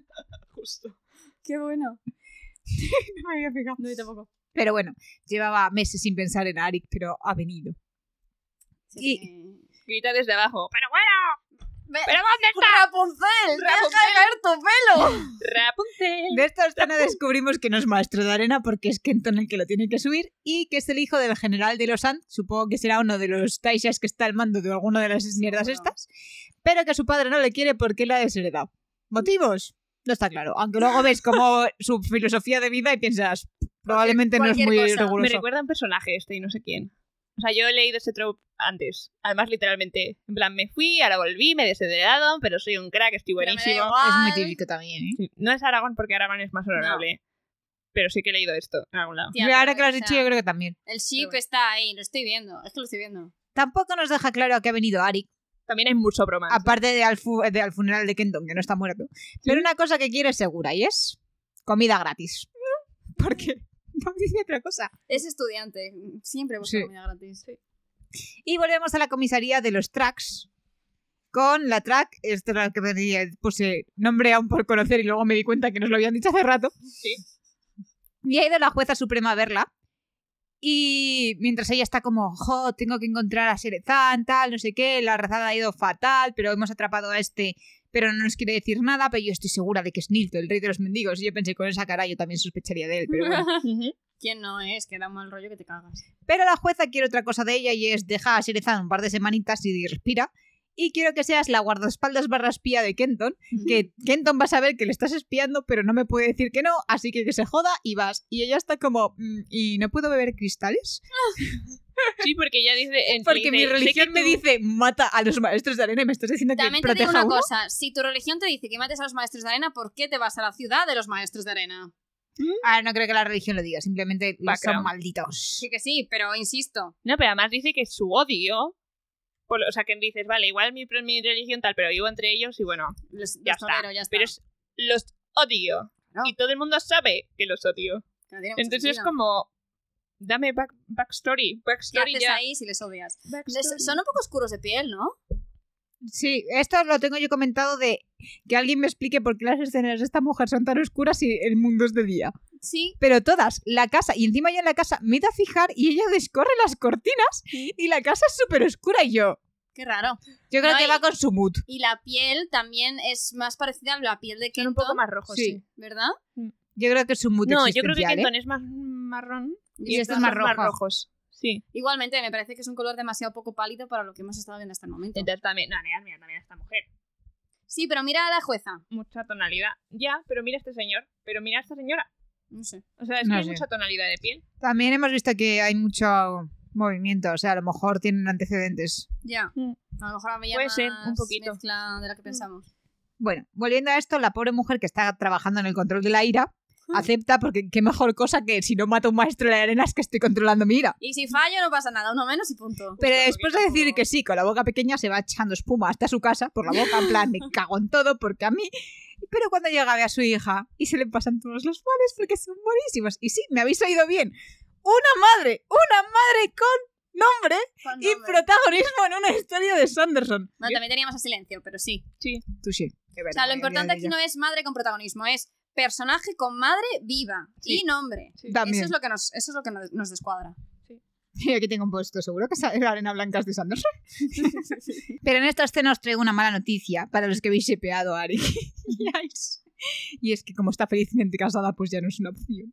Speaker 1: Justo.
Speaker 2: Qué bueno.
Speaker 3: No me había fijado.
Speaker 2: No, yo tampoco.
Speaker 3: Pero bueno, llevaba meses sin pensar en Arik, pero ha venido.
Speaker 2: Sí,
Speaker 3: Y-
Speaker 2: que-
Speaker 1: Grita desde abajo. ¡Pero bueno!
Speaker 2: Ve-
Speaker 1: ¿Pero dónde está?
Speaker 2: ¡Rapunzel!
Speaker 1: Rapunzel.
Speaker 2: ¡Deja de caer tu pelo!
Speaker 1: ¡Rapunzel!
Speaker 3: De esta escena descubrimos que no es maestro de arena porque es Kenton el que lo tiene que subir y que es el hijo del general de los Ant, supongo que será uno de los Taishas que está al mando de alguna de las mierdas
Speaker 2: Seguro.
Speaker 3: estas, pero que su padre no le quiere porque le ha desheredado. ¿Motivos? No está claro, aunque luego ves como su filosofía de vida y piensas, probablemente no es
Speaker 2: cualquier
Speaker 3: muy
Speaker 2: cosa. Me
Speaker 1: Me
Speaker 3: riguroso.
Speaker 1: recuerda a un personaje este y no sé quién. O sea, yo he leído este trope antes. Además, literalmente. En plan, me fui, ahora volví, me he desheredado, pero soy un crack, estoy
Speaker 2: Pero me da
Speaker 1: buenísimo.
Speaker 3: Es muy
Speaker 2: igual.
Speaker 3: típico también, ¿eh?
Speaker 1: Sí, No es Aragón porque Aragón es más honorable. Pero sí que he leído esto en algún lado.
Speaker 2: Tía,
Speaker 3: Pero ahora
Speaker 2: pero,
Speaker 3: que lo has
Speaker 2: o sea,
Speaker 3: dicho yo creo que también.
Speaker 2: El
Speaker 1: Pero
Speaker 2: ship
Speaker 1: bueno.
Speaker 2: está ahí, lo estoy viendo. Es que lo estoy viendo.
Speaker 3: Tampoco nos deja claro a qué ha venido Arik,
Speaker 1: También hay mucho broma.
Speaker 3: aparte de al, fu- de al funeral de Kenton, que no está muerto. Pero una cosa que quiere es segura y es comida gratis. Porque no dice otra cosa.
Speaker 2: Es estudiante. Siempre busca
Speaker 3: Sí.
Speaker 2: comida gratis.
Speaker 3: Y volvemos a la comisaría de los tracks. Con la track, esto era lo que venía, puse nombre aún por conocer y luego me di cuenta que nos lo habían dicho hace rato.
Speaker 1: Sí.
Speaker 3: Y ha ido la jueza suprema a verla. Y mientras ella está como, jo, tengo que encontrar a Serezán, tal, no sé qué, la razada ha ido fatal, pero hemos atrapado a este, pero no nos quiere decir nada, pero yo estoy segura de que es Nilto, el rey de los mendigos. Y yo pensé, con esa cara yo también sospecharía de él, pero bueno.
Speaker 2: ¿Quién no es? Que da un mal rollo que te cagas.
Speaker 3: Pero la jueza quiere otra cosa de ella y es deja a Serezán un par de semanitas y respira. Y quiero que seas la guardaespaldas barra espía de Kenton, que Kenton va a saber que le estás espiando, pero no me puede decir que no, así que que se joda y vas. Y ella está como, "Mm, ¿y no puedo beber cristales?
Speaker 1: Sí, porque ya dice. en- dice,
Speaker 3: Porque mi
Speaker 1: "Sé que
Speaker 3: religión me
Speaker 1: tú-
Speaker 3: dice, mata a los maestros de arena y me estás diciendo que
Speaker 2: También te digo
Speaker 3: proteja
Speaker 2: una
Speaker 3: a uno".
Speaker 2: cosa. Si tu religión te dice que mates a los maestros de arena, ¿por qué te vas a la ciudad de los maestros de arena?
Speaker 3: Ah, no creo que la religión lo diga, simplemente son
Speaker 1: Background.
Speaker 3: malditos.
Speaker 2: Sí que sí, pero insisto.
Speaker 1: No, pero además dice que su odio. por lo- o sea, que dices, vale, igual mi, mi religión tal, pero vivo entre ellos y bueno.
Speaker 2: Los,
Speaker 1: Ya
Speaker 2: los
Speaker 1: está.
Speaker 2: tolero, ya está.
Speaker 1: Pero es los odio.
Speaker 2: Claro.
Speaker 1: Y todo el mundo sabe que los odio.
Speaker 2: Que no tiene mucho
Speaker 1: Entonces es
Speaker 2: sentido.
Speaker 1: como. Dame back, backstory.
Speaker 2: ¿Qué
Speaker 1: Backstory
Speaker 2: haces
Speaker 1: ya.
Speaker 2: ahí si les odias? Les-
Speaker 1: Backstory.
Speaker 2: son un poco oscuros de piel, ¿no?
Speaker 3: Sí, esto lo tengo yo comentado de que alguien me explique por qué las escenas de esta mujer son tan oscuras y el mundo es de día.
Speaker 2: Sí.
Speaker 3: Pero todas, la casa, y encima yo en la casa me he ido a fijar y ella descorre las cortinas y la casa es súper oscura y yo.
Speaker 2: Qué raro.
Speaker 3: Yo creo
Speaker 2: No,
Speaker 3: que
Speaker 2: y-
Speaker 3: va con su mood.
Speaker 2: Y la piel también es más parecida a la piel de
Speaker 1: Son
Speaker 2: Kenton,
Speaker 1: un poco más rojos.
Speaker 3: Sí.
Speaker 1: sí.
Speaker 2: ¿verdad?
Speaker 3: Yo creo que es su mood
Speaker 1: No, yo creo que
Speaker 3: existencial, ¿eh?
Speaker 1: Kenton es más marrón.
Speaker 3: Y este es más
Speaker 1: estos son
Speaker 3: rojo.
Speaker 1: rojos. Sí.
Speaker 2: Igualmente, me parece que es un color demasiado poco pálido para lo que hemos estado viendo hasta el momento.
Speaker 1: Entonces también, no, mira, mira también a esta mujer.
Speaker 2: Sí, pero mira a la jueza.
Speaker 1: Mucha tonalidad. Ya, pero mira a este señor. Pero mira a esta señora.
Speaker 2: No sé.
Speaker 1: O sea, es que
Speaker 3: No
Speaker 1: hay
Speaker 3: sé.
Speaker 1: mucha tonalidad de piel.
Speaker 3: ¿eh? También hemos visto que hay mucho movimiento, o sea, a lo mejor tienen antecedentes.
Speaker 2: Ya.
Speaker 1: Mm.
Speaker 2: A lo mejor había
Speaker 1: Puede
Speaker 2: más
Speaker 1: ser, un poquito. Mm.
Speaker 2: mezcla de la que pensamos.
Speaker 3: Bueno, volviendo a esto, la pobre mujer que está trabajando en el control de la ira
Speaker 1: Hmm.
Speaker 3: acepta porque qué mejor cosa que si no mato a un maestro de la arena es que estoy controlando mi ira.
Speaker 2: Y si fallo, no pasa nada. Uno menos y punto.
Speaker 3: Pero
Speaker 1: Justo,
Speaker 3: después de
Speaker 1: porque
Speaker 3: decir
Speaker 1: tampoco-
Speaker 3: que sí, con la boca pequeña se va echando espuma hasta su casa por la boca, en plan, me cago en todo porque a mí... Pero cuando llega ve a su hija y se le pasan todos los males porque son buenísimos. Y sí, me habéis oído bien. Una madre, una madre con nombre
Speaker 2: Con
Speaker 3: y
Speaker 2: nombre.
Speaker 3: protagonismo en una historia de Sanderson.
Speaker 2: Bueno, también teníamos a silencio, pero sí.
Speaker 3: Tú sí. es
Speaker 2: O
Speaker 3: verdad,
Speaker 2: sea, lo
Speaker 3: me he
Speaker 2: importante
Speaker 3: olvidado de
Speaker 2: aquí no es madre con protagonismo, es personaje con madre viva
Speaker 3: Sí.
Speaker 2: y nombre.
Speaker 1: Sí.
Speaker 3: ella. También.
Speaker 2: Eso es lo que nos, eso es lo que nos- nos descuadra.
Speaker 3: Y aquí tengo un puesto, seguro que sale la arena blanca de Sanderson. Pero en esta escena os traigo una mala noticia para los que habéis sepeado a Ari. y a Ice. Y es que como está felizmente casada, pues ya no es una opción.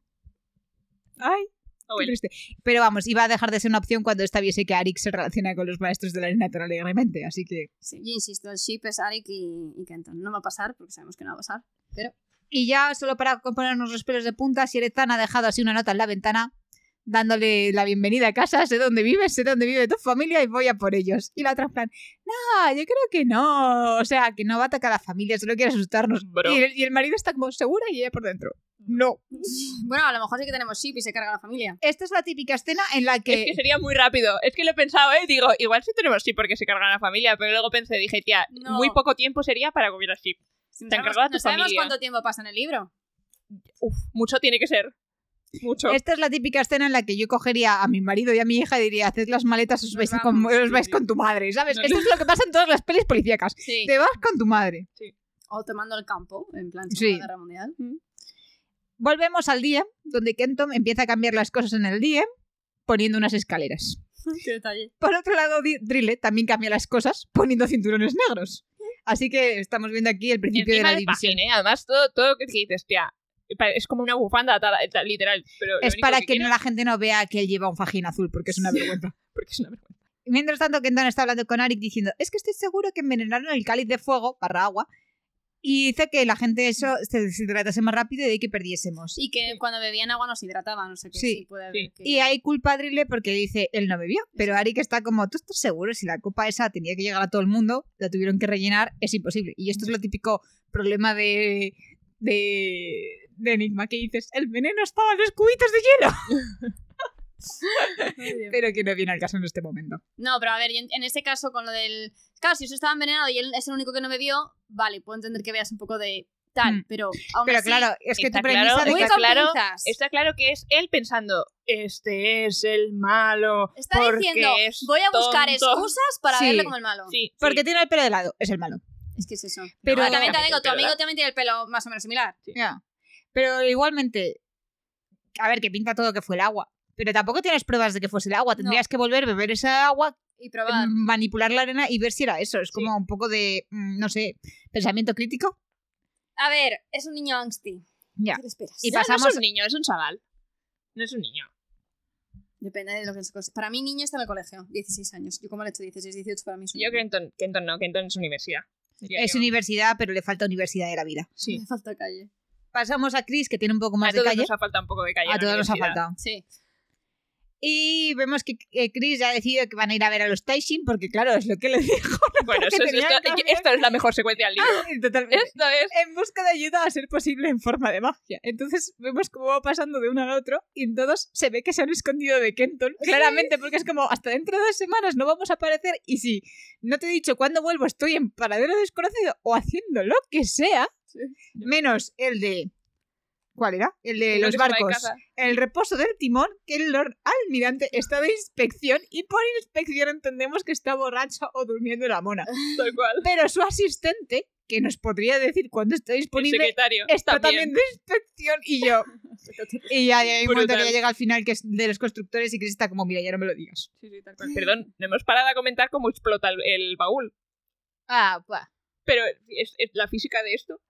Speaker 3: Ay,
Speaker 1: Ah,
Speaker 3: qué
Speaker 1: bueno.
Speaker 3: triste. Pero vamos, iba a dejar de ser una opción cuando esta viese que Arik se relaciona con los maestros de la arena tan alegremente, así que...
Speaker 2: Sí, yo insisto, el ship es Arik y, y Kenton. No va a pasar porque sabemos que no va a pasar.
Speaker 3: Y ya, solo para ponernos los pelos de punta, Sierezan ha dejado así una nota en la ventana dándole la bienvenida a casa, sé dónde vives, sé dónde vive tu familia y voy a por ellos. Y la otra en plan, no, yo creo que no, o sea, que no va a atacar a la familia, solo quiere asustarnos.
Speaker 1: Bro.
Speaker 3: Y el, y el marido está como segura y ella por dentro. No.
Speaker 2: Bueno, a lo mejor sí que tenemos ship y se carga la familia.
Speaker 3: Esta es la típica escena en la que...
Speaker 1: Es que sería muy rápido. Es que lo he pensado, ¿eh? Digo, igual sí tenemos sí porque se carga la familia, pero luego pensé, dije, tía,
Speaker 2: No.
Speaker 1: muy poco tiempo sería para que hubiera ship.
Speaker 2: Si no
Speaker 1: Te han
Speaker 2: sabemos-
Speaker 1: cargado a tu
Speaker 2: no sabemos
Speaker 1: familia.
Speaker 2: cuánto tiempo pasa en el libro.
Speaker 1: Uf, mucho tiene que ser. Mucho.
Speaker 3: Esta es la típica escena en la que yo cogería a mi marido y a mi hija y diría, haced las maletas, os
Speaker 2: Nos
Speaker 3: vais,
Speaker 2: vamos,
Speaker 3: con, os
Speaker 1: sí,
Speaker 3: vais
Speaker 1: sí.
Speaker 3: con tu madre, ¿sabes?
Speaker 1: No,
Speaker 3: Esto es lo que pasa en todas las pelis policíacas.
Speaker 2: Sí.
Speaker 3: Te vas con tu madre.
Speaker 2: O tomando el campo, en plan
Speaker 3: Sí.
Speaker 2: Segunda Guerra Mundial.
Speaker 1: Mm.
Speaker 3: Volvemos al día, donde Kenton empieza a cambiar las cosas en el día, poniendo unas escaleras.
Speaker 2: Qué detalle.
Speaker 3: Por otro lado, Di- Drille también cambia las cosas poniendo cinturones negros. Así que estamos viendo aquí el
Speaker 1: Y
Speaker 3: principio de
Speaker 1: encima
Speaker 3: la
Speaker 1: de
Speaker 3: división.
Speaker 1: página, ¿eh? Además, todo, todo que dices, tía, pa- es como una bufanda atada, eh, literal. Pero lo
Speaker 3: Es
Speaker 1: único
Speaker 3: para
Speaker 1: que
Speaker 3: que
Speaker 1: quiere-
Speaker 3: no la gente no vea que él lleva un fajín azul, porque es una vergüenza.
Speaker 1: Porque es una vergüenza.
Speaker 3: Y Mientras tanto, Kenton está hablando con Arik diciendo, es que estoy seguro que envenenaron el cáliz de fuego, barra agua, y dice que la gente eso se se hidratase más rápido y de ahí que perdiésemos.
Speaker 2: Y que cuando bebían agua nos hidrataban, no sé qué.
Speaker 3: Sí,
Speaker 2: Sí, puede haber.
Speaker 1: sí.
Speaker 2: que-
Speaker 3: Y hay culpa a Drille porque dice, él no bebió. Pero Ari que está como, ¿tú estás seguro? Si la copa esa tenía que llegar a todo el mundo, la tuvieron que rellenar, es imposible. Y esto es lo típico problema de... de... de Enigma, que dices, el veneno estaba en los cubitos de hielo.
Speaker 2: Muy bien.
Speaker 3: Pero que no viene al caso en este momento.
Speaker 2: No, pero a ver, yo en, en ese caso con lo del... Claro, si eso estaba envenenado y él es el único que no bebió, vale, puedo entender que veas un poco de tal,
Speaker 3: Mm.
Speaker 2: pero aún
Speaker 3: Pero
Speaker 2: así,
Speaker 3: claro, es que
Speaker 1: está
Speaker 3: tu premisa
Speaker 1: claro,
Speaker 3: de
Speaker 2: voy
Speaker 3: que...
Speaker 1: está
Speaker 2: con
Speaker 1: claro,
Speaker 2: pinzas.
Speaker 1: Está claro que es él pensando, este es el malo.
Speaker 2: Está
Speaker 1: porque
Speaker 2: diciendo,
Speaker 1: es
Speaker 2: voy a buscar
Speaker 1: tonto".
Speaker 2: excusas para
Speaker 3: Sí.
Speaker 2: verle como el malo.
Speaker 1: Sí, sí.
Speaker 3: Porque tiene el pelo de lado, es el malo.
Speaker 2: Es que es eso.
Speaker 3: Pero,
Speaker 2: Pero también te
Speaker 1: Básicamente,
Speaker 2: digo, tu
Speaker 1: pero
Speaker 2: amigo
Speaker 1: la-
Speaker 2: también tiene el pelo más o menos similar.
Speaker 3: Ya. pero igualmente, a ver, que pinta todo que fue el agua. Pero tampoco tienes pruebas de que fuese el agua. Tendrías que volver a beber esa agua
Speaker 2: Y
Speaker 3: Mm.
Speaker 2: probar.
Speaker 3: manipular la arena y ver si era eso. Es como un poco de, mm, no sé, pensamiento crítico.
Speaker 2: A ver, es un niño angsty.
Speaker 3: Ya.
Speaker 2: ¿Qué te esperas?
Speaker 3: Y
Speaker 1: No, No
Speaker 3: pasamos-
Speaker 1: es un niño, es un chaval. No es un niño.
Speaker 2: Depende de lo que se cose. Para mí, niño está en el colegio, 16 años. Yo como le he hecho 16, 18, para mí es un
Speaker 1: Yo
Speaker 2: niño.
Speaker 1: Kenton, Kenton no, Kenton es universidad. diría
Speaker 3: Es
Speaker 1: yo.
Speaker 3: universidad, pero le falta universidad de la vida.
Speaker 1: Sí.
Speaker 2: Me falta calle.
Speaker 3: Pasamos a Chris, que tiene un poco
Speaker 1: A
Speaker 3: más de
Speaker 1: todos
Speaker 3: calle.
Speaker 1: nos ha faltado un poco de calle.
Speaker 3: A
Speaker 1: en la
Speaker 3: todos nos ha
Speaker 1: universidad.
Speaker 3: faltado.
Speaker 2: Sí.
Speaker 3: Y vemos que eh, Chris ya ha decidido que van a ir a ver a los Taishin, porque claro, es lo que le dijo.
Speaker 1: Bueno,
Speaker 3: Porque
Speaker 1: eso es-
Speaker 3: tenía
Speaker 1: esto,
Speaker 3: el cambio.
Speaker 1: esto es la mejor secuencia del libro.
Speaker 3: Totalmente.
Speaker 1: Esto es.
Speaker 3: En busca de ayuda a ser posible en forma de magia. Entonces vemos cómo va pasando de uno al otro y en todos se ve que se han escondido de Kenton. Claramente, porque es como hasta dentro de dos semanas no vamos a aparecer y si no te he dicho cuándo vuelvo, estoy en paradero desconocido o haciendo lo que sea, menos el de... ¿Cuál era? El de Eh, los
Speaker 1: Lo que se va de
Speaker 3: barcos.
Speaker 1: casa.
Speaker 3: El reposo del timón, que el Lord Almirante está de inspección y por inspección entendemos que está borracho o durmiendo la mona.
Speaker 1: Tal cual.
Speaker 3: Pero su asistente, que nos podría decir cuándo está
Speaker 1: El
Speaker 3: disponible,
Speaker 1: secretario.
Speaker 3: está también de inspección y yo. Y ya hay un momento que ya
Speaker 1: Brutal.
Speaker 3: llega al final que es de los constructores y Chris está como, mira, ya no me lo digas.
Speaker 1: Sí, sí, tal cual. Perdón, no hemos parado a comentar cómo explota el, el baúl.
Speaker 3: Ah, buah.
Speaker 1: Pero es, es la física de esto.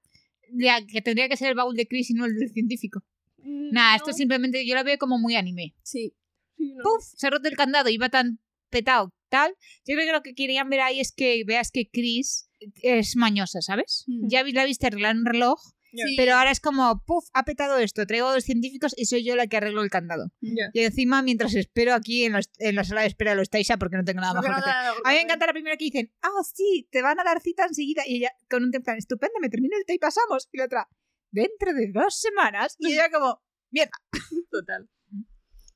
Speaker 3: Ya, que tendría que ser el baúl de Chris y Mm, no el del científico.
Speaker 1: Nah,
Speaker 3: Nada, esto simplemente yo lo veo como muy anime.
Speaker 2: Sí.
Speaker 1: Sí, no.
Speaker 3: ¡puf! Se ha roto el candado, iba tan petado, tal. Yo creo que lo que querían ver ahí es que veas que Chris es mañosa, ¿sabes?
Speaker 2: Mm.
Speaker 3: Ya vi- la viste arreglar un reloj,
Speaker 1: Ya.
Speaker 2: Sí.
Speaker 3: pero ahora es como, puf, ha petado esto, traigo a los científicos y soy yo la que arreglo el candado.
Speaker 1: Ya.
Speaker 3: Y encima, mientras espero aquí en, los- en la sala de espera de los Taisha, porque no tengo nada mejor que hacer. A mí me encanta la primera que dicen, ah, sí, te van a dar cita enseguida. Y ella, con un plan, estupendo, me termina el té y pasamos. Y la otra, dentro de dos semanas. Y ella como,
Speaker 1: Total.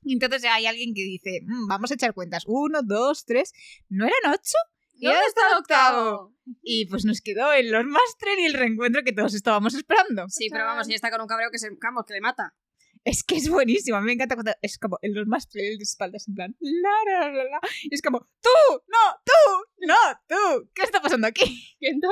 Speaker 3: y entonces ya hay alguien que dice, "Mm, vamos a echar cuentas. Uno, dos, tres. ¿No eran ocho? Y ahora está el octavo. Y pues nos quedó el Lord Master y el reencuentro que todos estábamos esperando.
Speaker 2: Sí, pero vamos, ella está con un cabreo que se vamos, que le mata.
Speaker 3: Es que es buenísimo, a mí me encanta cuando es como el Lord Master el de espaldas en plan, la, la, la, la, la. Y es como, tú, no, tú, no, tú. ¿Qué está pasando aquí?
Speaker 1: Kenton,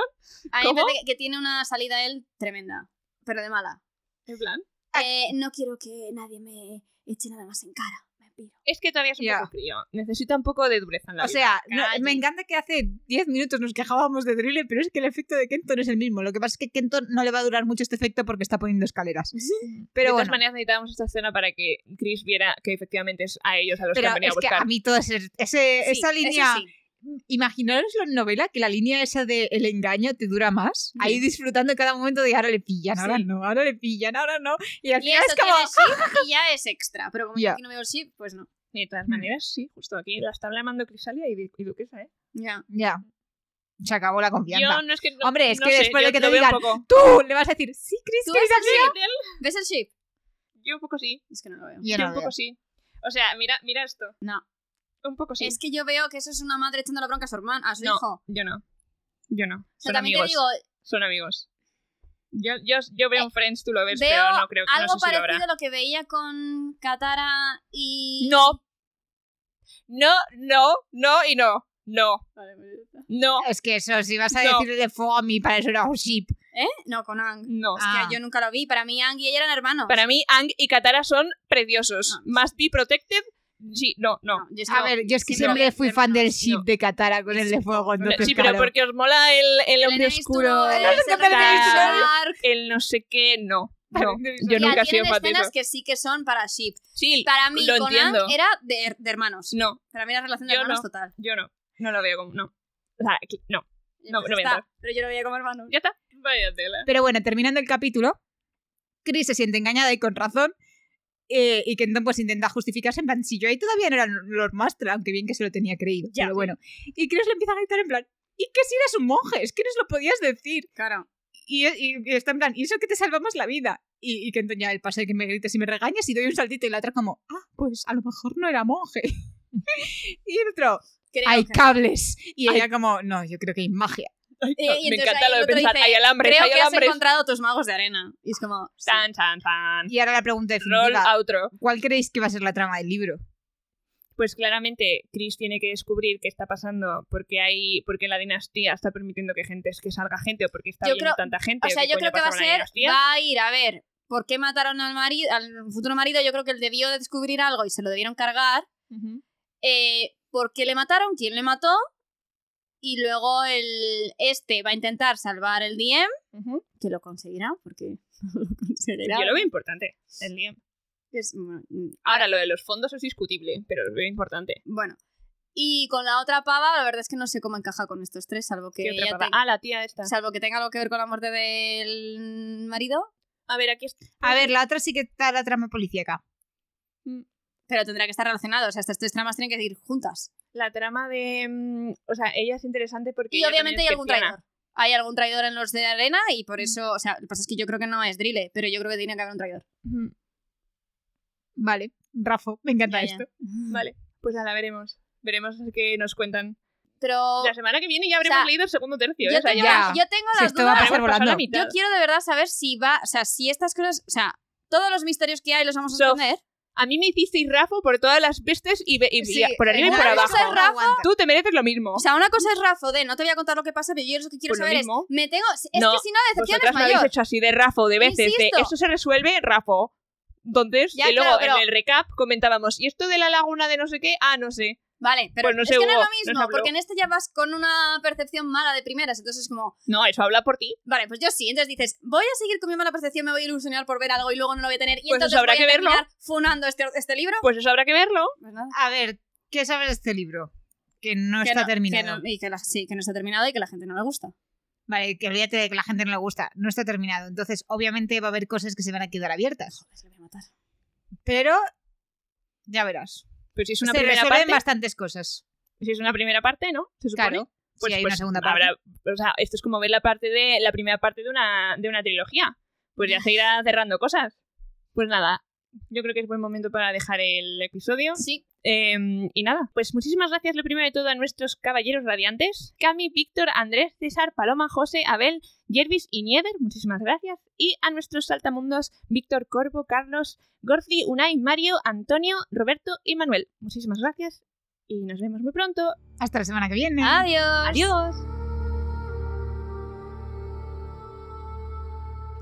Speaker 2: A mí
Speaker 1: ¿Cómo?
Speaker 2: me parece que- que tiene una salida él tremenda, pero de mala.
Speaker 1: en plan.
Speaker 2: Eh, no quiero que nadie me eche nada más en cara. Me piro.
Speaker 1: Es que todavía es un
Speaker 3: Ya.
Speaker 1: poco frío. Necesita un poco de dureza en la
Speaker 3: O
Speaker 1: vida.
Speaker 3: sea, no,
Speaker 1: Calle.
Speaker 3: me encanta que hace 10 minutos nos quejábamos de Drille, pero es que el efecto de Kenton es el mismo. Lo que pasa es que Kenton no le va a durar mucho este efecto porque está poniendo escaleras.
Speaker 1: de
Speaker 3: Pero
Speaker 1: todas
Speaker 3: bueno,
Speaker 1: maneras necesitábamos esta escena para que Chris viera que efectivamente es a ellos a los que
Speaker 3: pero
Speaker 1: han venido
Speaker 3: es
Speaker 1: a
Speaker 3: que
Speaker 1: buscar.
Speaker 3: a mí toda ese- ese-
Speaker 2: Sí,
Speaker 3: esa
Speaker 2: eso
Speaker 3: línea...
Speaker 2: sí.
Speaker 3: Imaginaros la novela que la línea esa de el engaño te dura más. Ahí disfrutando cada momento de ahora le pillan, ahora
Speaker 2: Sí.
Speaker 3: no, ahora le pillan, ahora no. Y al
Speaker 2: Y
Speaker 3: final
Speaker 2: eso
Speaker 3: es como...
Speaker 2: tiene shift y ya es extra. Pero como yo
Speaker 3: Ya.
Speaker 2: aquí no veo shift, pues no.
Speaker 1: De todas maneras, sí, justo aquí la está llamando Crisalia y, y Duquesa, ¿eh?
Speaker 2: Ya.
Speaker 3: Ya. Se acabó la confianza.
Speaker 1: Yo no es que. no-
Speaker 3: Hombre, es
Speaker 1: no
Speaker 3: que
Speaker 1: sé,
Speaker 3: después de
Speaker 1: yo
Speaker 3: que te
Speaker 1: lo veo un
Speaker 3: digan,
Speaker 1: poco-
Speaker 3: Tú le vas a decir, sí, Chris,
Speaker 2: ¿Tú
Speaker 3: que
Speaker 2: vas
Speaker 3: eres
Speaker 2: a
Speaker 3: así".
Speaker 1: Sí, del-
Speaker 2: ¿Ves el shift?
Speaker 1: Yo un poco sí.
Speaker 2: Es que no lo veo.
Speaker 3: Yo
Speaker 1: Yo
Speaker 3: no
Speaker 1: un
Speaker 3: veo.
Speaker 1: poco sí. O sea, mira, mira esto.
Speaker 2: No.
Speaker 1: Un poco sí.
Speaker 2: Es que yo veo que eso es una madre echando la bronca a su hermano, a su
Speaker 1: No.
Speaker 2: hijo. O
Speaker 1: Yo no. Yo no. Son
Speaker 2: sea, también
Speaker 1: amigos.
Speaker 2: te digo,
Speaker 1: Son amigos. Yo, yo, yo veo
Speaker 2: Eh,
Speaker 1: un Friends, tú lo ves,
Speaker 2: veo
Speaker 1: pero no creo que
Speaker 2: algo
Speaker 1: no sé si lo
Speaker 2: parecido
Speaker 1: habrá.
Speaker 2: a lo que veía con Katara y.
Speaker 1: No. No, no, no y no. No,
Speaker 2: Vale, pues ya está.
Speaker 1: no,
Speaker 3: Es que eso, si vas a
Speaker 1: No.
Speaker 3: decirle de fuego a mí, para eso era un ship.
Speaker 2: ¿Eh? No, con Ang.
Speaker 1: no.
Speaker 3: Ah.
Speaker 2: Que yo nunca lo vi. Para mí, Ang y ella eran hermanos.
Speaker 1: Para mí, Ang y Katara son preciosos.
Speaker 2: Ah.
Speaker 1: Must be protected. Sí, no, no.
Speaker 2: No, yo es que
Speaker 3: A
Speaker 2: no.
Speaker 3: ver, yo es que
Speaker 2: siempre
Speaker 3: siempre,
Speaker 2: lo vi
Speaker 3: fui
Speaker 2: de
Speaker 3: fan del
Speaker 2: menos,
Speaker 3: ship
Speaker 1: no.
Speaker 3: de Katara con el de fuego. entonces,
Speaker 1: sí, pero
Speaker 3: claro.
Speaker 1: porque os mola el, el hombre
Speaker 2: Daenerys tú
Speaker 1: oscuro,
Speaker 2: no
Speaker 1: el,
Speaker 2: eres
Speaker 3: nunca
Speaker 2: el
Speaker 3: perdí
Speaker 2: rey
Speaker 3: el
Speaker 1: tal,
Speaker 2: Stark.
Speaker 1: el no sé qué, no. no.
Speaker 3: Yo
Speaker 1: Yo
Speaker 2: Ya,
Speaker 1: nunca he sido
Speaker 2: tienen
Speaker 1: fan de
Speaker 2: escenas
Speaker 1: eso.
Speaker 2: que sí que son para Ship.
Speaker 1: Sí,
Speaker 2: Para mí,
Speaker 1: lo
Speaker 2: con eh.
Speaker 1: entiendo.
Speaker 2: Ang era de, de hermanos.
Speaker 1: No,
Speaker 2: Para mí, la relación de
Speaker 1: Yo
Speaker 2: hermanos
Speaker 1: no.
Speaker 2: total.
Speaker 1: yo no. No lo veo como. No. O sea, aquí- no. No,
Speaker 2: Entonces
Speaker 1: no voy a
Speaker 2: está,
Speaker 1: entrar.
Speaker 2: Pero yo lo veía como hermanos.
Speaker 1: Ya está. Vaya tela.
Speaker 3: Pero bueno, terminando el capítulo, Chris se siente engañada y con razón. eh, y Kenton pues intenta justificarse en plan, si yo ahí todavía no era Lord Master, aunque bien que se lo tenía creído.
Speaker 1: Ya.
Speaker 3: Pero bueno. Y Chris le empieza a gritar en plan, ¿y qué si eras un monje? Es que nos lo podías decir.
Speaker 2: Claro.
Speaker 3: Y, y- y está en plan, ¿y eso que te salvamos la vida? Y, y Kenton ya el pase de que me grites y me regañas y doy un saltito y la otra como, ah, pues a lo mejor no era monje. y el otro,
Speaker 2: Creo
Speaker 3: hay
Speaker 2: que-
Speaker 3: cables. Y ella como, no, yo creo que hay magia.
Speaker 1: No,
Speaker 2: y
Speaker 1: me
Speaker 2: entonces
Speaker 1: encanta
Speaker 2: ahí
Speaker 1: lo de
Speaker 2: el otro
Speaker 1: pensar.
Speaker 2: dice,
Speaker 1: hay alambres,
Speaker 2: Creo
Speaker 1: hay
Speaker 2: que has
Speaker 1: alambres.
Speaker 2: encontrado tus magos de arena. Y es como. sí.
Speaker 1: Tan, tan, tan.
Speaker 3: Y ahora la pregunta
Speaker 1: Roll
Speaker 3: definitiva,
Speaker 1: outro.
Speaker 3: ¿cuál creéis que va a ser la trama del libro?
Speaker 1: Pues claramente Chris tiene que descubrir qué está pasando, porque hay, porque la dinastía está permitiendo que gente que salga gente o porque está
Speaker 2: Yo
Speaker 1: viendo
Speaker 2: creo-
Speaker 1: tanta gente.
Speaker 2: O sea,
Speaker 1: qué
Speaker 2: yo
Speaker 1: coño
Speaker 2: creo que va
Speaker 1: pasa
Speaker 2: a
Speaker 1: con la
Speaker 2: ser.
Speaker 1: dinastía.
Speaker 2: Va a ir a ver por qué mataron al marido, al futuro marido. Yo creo que él debió de descubrir algo y se lo debieron cargar. Eh, ¿Por qué le mataron? ¿Quién le mató? Y luego el este va a intentar salvar el DM, que lo conseguirá, porque lo conseguirá.
Speaker 1: Yo lo veo importante. el día.
Speaker 2: Es- bueno, mm,
Speaker 1: Ahora, lo de los fondos es discutible, pero lo veo importante.
Speaker 2: Bueno. Y con la otra pava, la verdad es que no sé cómo encaja con estos tres, salvo que,
Speaker 1: ¿Qué otra
Speaker 2: ella
Speaker 1: pava?
Speaker 2: te-
Speaker 1: Ah, la tía esta.
Speaker 2: salvo que tenga algo que ver con la muerte del marido,
Speaker 1: A ver, aquí está.
Speaker 3: A ver, la otra sí que está la trama policíaca.
Speaker 2: pero tendrá que estar relacionado. O sea, estas tres tramas tienen que ir juntas.
Speaker 1: La trama de. mm, O sea, ella es interesante porque.
Speaker 2: Y
Speaker 1: ella
Speaker 2: obviamente
Speaker 1: también
Speaker 2: hay
Speaker 1: es
Speaker 2: algún traidor.
Speaker 1: cristiana.
Speaker 2: Hay algún traidor en los de arena y
Speaker 1: Mm.
Speaker 2: por eso, o sea, lo que pasa es que yo creo que no es Drille, pero yo creo que tiene que haber un traidor.
Speaker 3: Vale, Rafo, me encanta
Speaker 2: Ya, ya.
Speaker 3: esto.
Speaker 1: Vale, pues ahora veremos. Veremos qué nos cuentan.
Speaker 2: Pero
Speaker 1: La semana que viene ya habremos
Speaker 2: O sea,
Speaker 1: leído el segundo tercio. ¿eh?
Speaker 2: yo
Speaker 1: O sea,
Speaker 2: tengo,
Speaker 1: ya
Speaker 3: ya.
Speaker 2: las- yo tengo
Speaker 3: Si
Speaker 2: las
Speaker 3: esto va a
Speaker 2: dudas.
Speaker 3: pasar
Speaker 1: habremos pasado la
Speaker 3: volando.
Speaker 1: mitad.
Speaker 2: Yo quiero de verdad saber si va, o sea, si estas cosas, o sea, todos los misterios que hay los vamos a
Speaker 1: Sof,
Speaker 2: responder.
Speaker 1: A mí me hicisteis Rafa por todas las bestes y, ve- y- y
Speaker 3: Sí,
Speaker 1: por arriba y por
Speaker 2: una
Speaker 1: abajo.
Speaker 2: cosa es Rafa-
Speaker 3: aguanta.
Speaker 1: Tú te mereces lo mismo.
Speaker 2: O sea, una cosa es Rafa de no te voy a contar lo que pasa, pero yo lo que quiero
Speaker 1: Pues lo
Speaker 2: saber es,
Speaker 1: mismo.
Speaker 2: me tengo, es
Speaker 1: No,
Speaker 2: que si no la decepción
Speaker 1: Vosotras
Speaker 2: es
Speaker 1: me habéis
Speaker 2: mayor.
Speaker 1: hecho así de Rafa de veces, de
Speaker 2: Insisto.
Speaker 1: esto se resuelve, Rafa. Entonces,
Speaker 2: Ya,
Speaker 1: y luego
Speaker 2: claro, pero-
Speaker 1: en el recap comentábamos, ¿y esto de la laguna de no sé qué? Ah, no sé.
Speaker 2: Vale, pero
Speaker 1: Pues no
Speaker 2: es
Speaker 1: se
Speaker 2: que no es
Speaker 1: hubo,
Speaker 2: lo
Speaker 1: no se
Speaker 2: mismo,
Speaker 1: habló.
Speaker 2: porque en este ya vas con una percepción mala de primeras, entonces es como,
Speaker 1: No, eso habla por ti.
Speaker 2: vale, pues yo sí, entonces dices, voy a seguir con mi mala percepción, me voy a ilusionar por ver algo y luego no lo voy a tener, y
Speaker 1: Pues
Speaker 2: entonces
Speaker 1: eso habrá
Speaker 2: voy a
Speaker 1: que verlo.
Speaker 2: terminar funando este, este libro.
Speaker 1: Pues eso habrá que verlo.
Speaker 2: Pues nada.
Speaker 3: A ver, ¿qué sabes de este libro? Que no
Speaker 2: Que
Speaker 3: está
Speaker 2: no, que
Speaker 3: terminado.
Speaker 2: no- y que la- sí, que no está terminado y que la gente no le gusta.
Speaker 3: Vale, que olvídate de que la gente no le gusta. No está terminado. Entonces, obviamente va a haber cosas que se van a quedar abiertas.
Speaker 2: Joder, le voy a matar.
Speaker 3: Pero ya verás.
Speaker 1: Pero si es una
Speaker 3: Pues se
Speaker 1: primera
Speaker 3: resuelven
Speaker 1: parte,
Speaker 3: bastantes cosas.
Speaker 1: si es una primera parte, ¿no? Se supone. Pues,
Speaker 3: Claro. si hay una segunda parte.
Speaker 1: habrá- o sea, esto es como ver la parte de la primera parte de una, de una trilogía. Pues ya se irá cerrando cosas. Pues nada, yo creo que es buen momento para dejar el episodio.
Speaker 2: Sí,
Speaker 1: Eh, y nada, pues muchísimas gracias lo primero de todo a nuestros caballeros radiantes. Cami, Víctor, Andrés, César, Paloma, José, Abel, Jervis y Nieder, muchísimas gracias. Y a nuestros saltamundos Víctor, Corvo, Carlos, Gorci, Unai, Mario, Antonio, Roberto y Manuel. Muchísimas gracias y nos vemos muy pronto.
Speaker 3: Hasta la semana que viene.
Speaker 2: adiós.
Speaker 1: Adiós.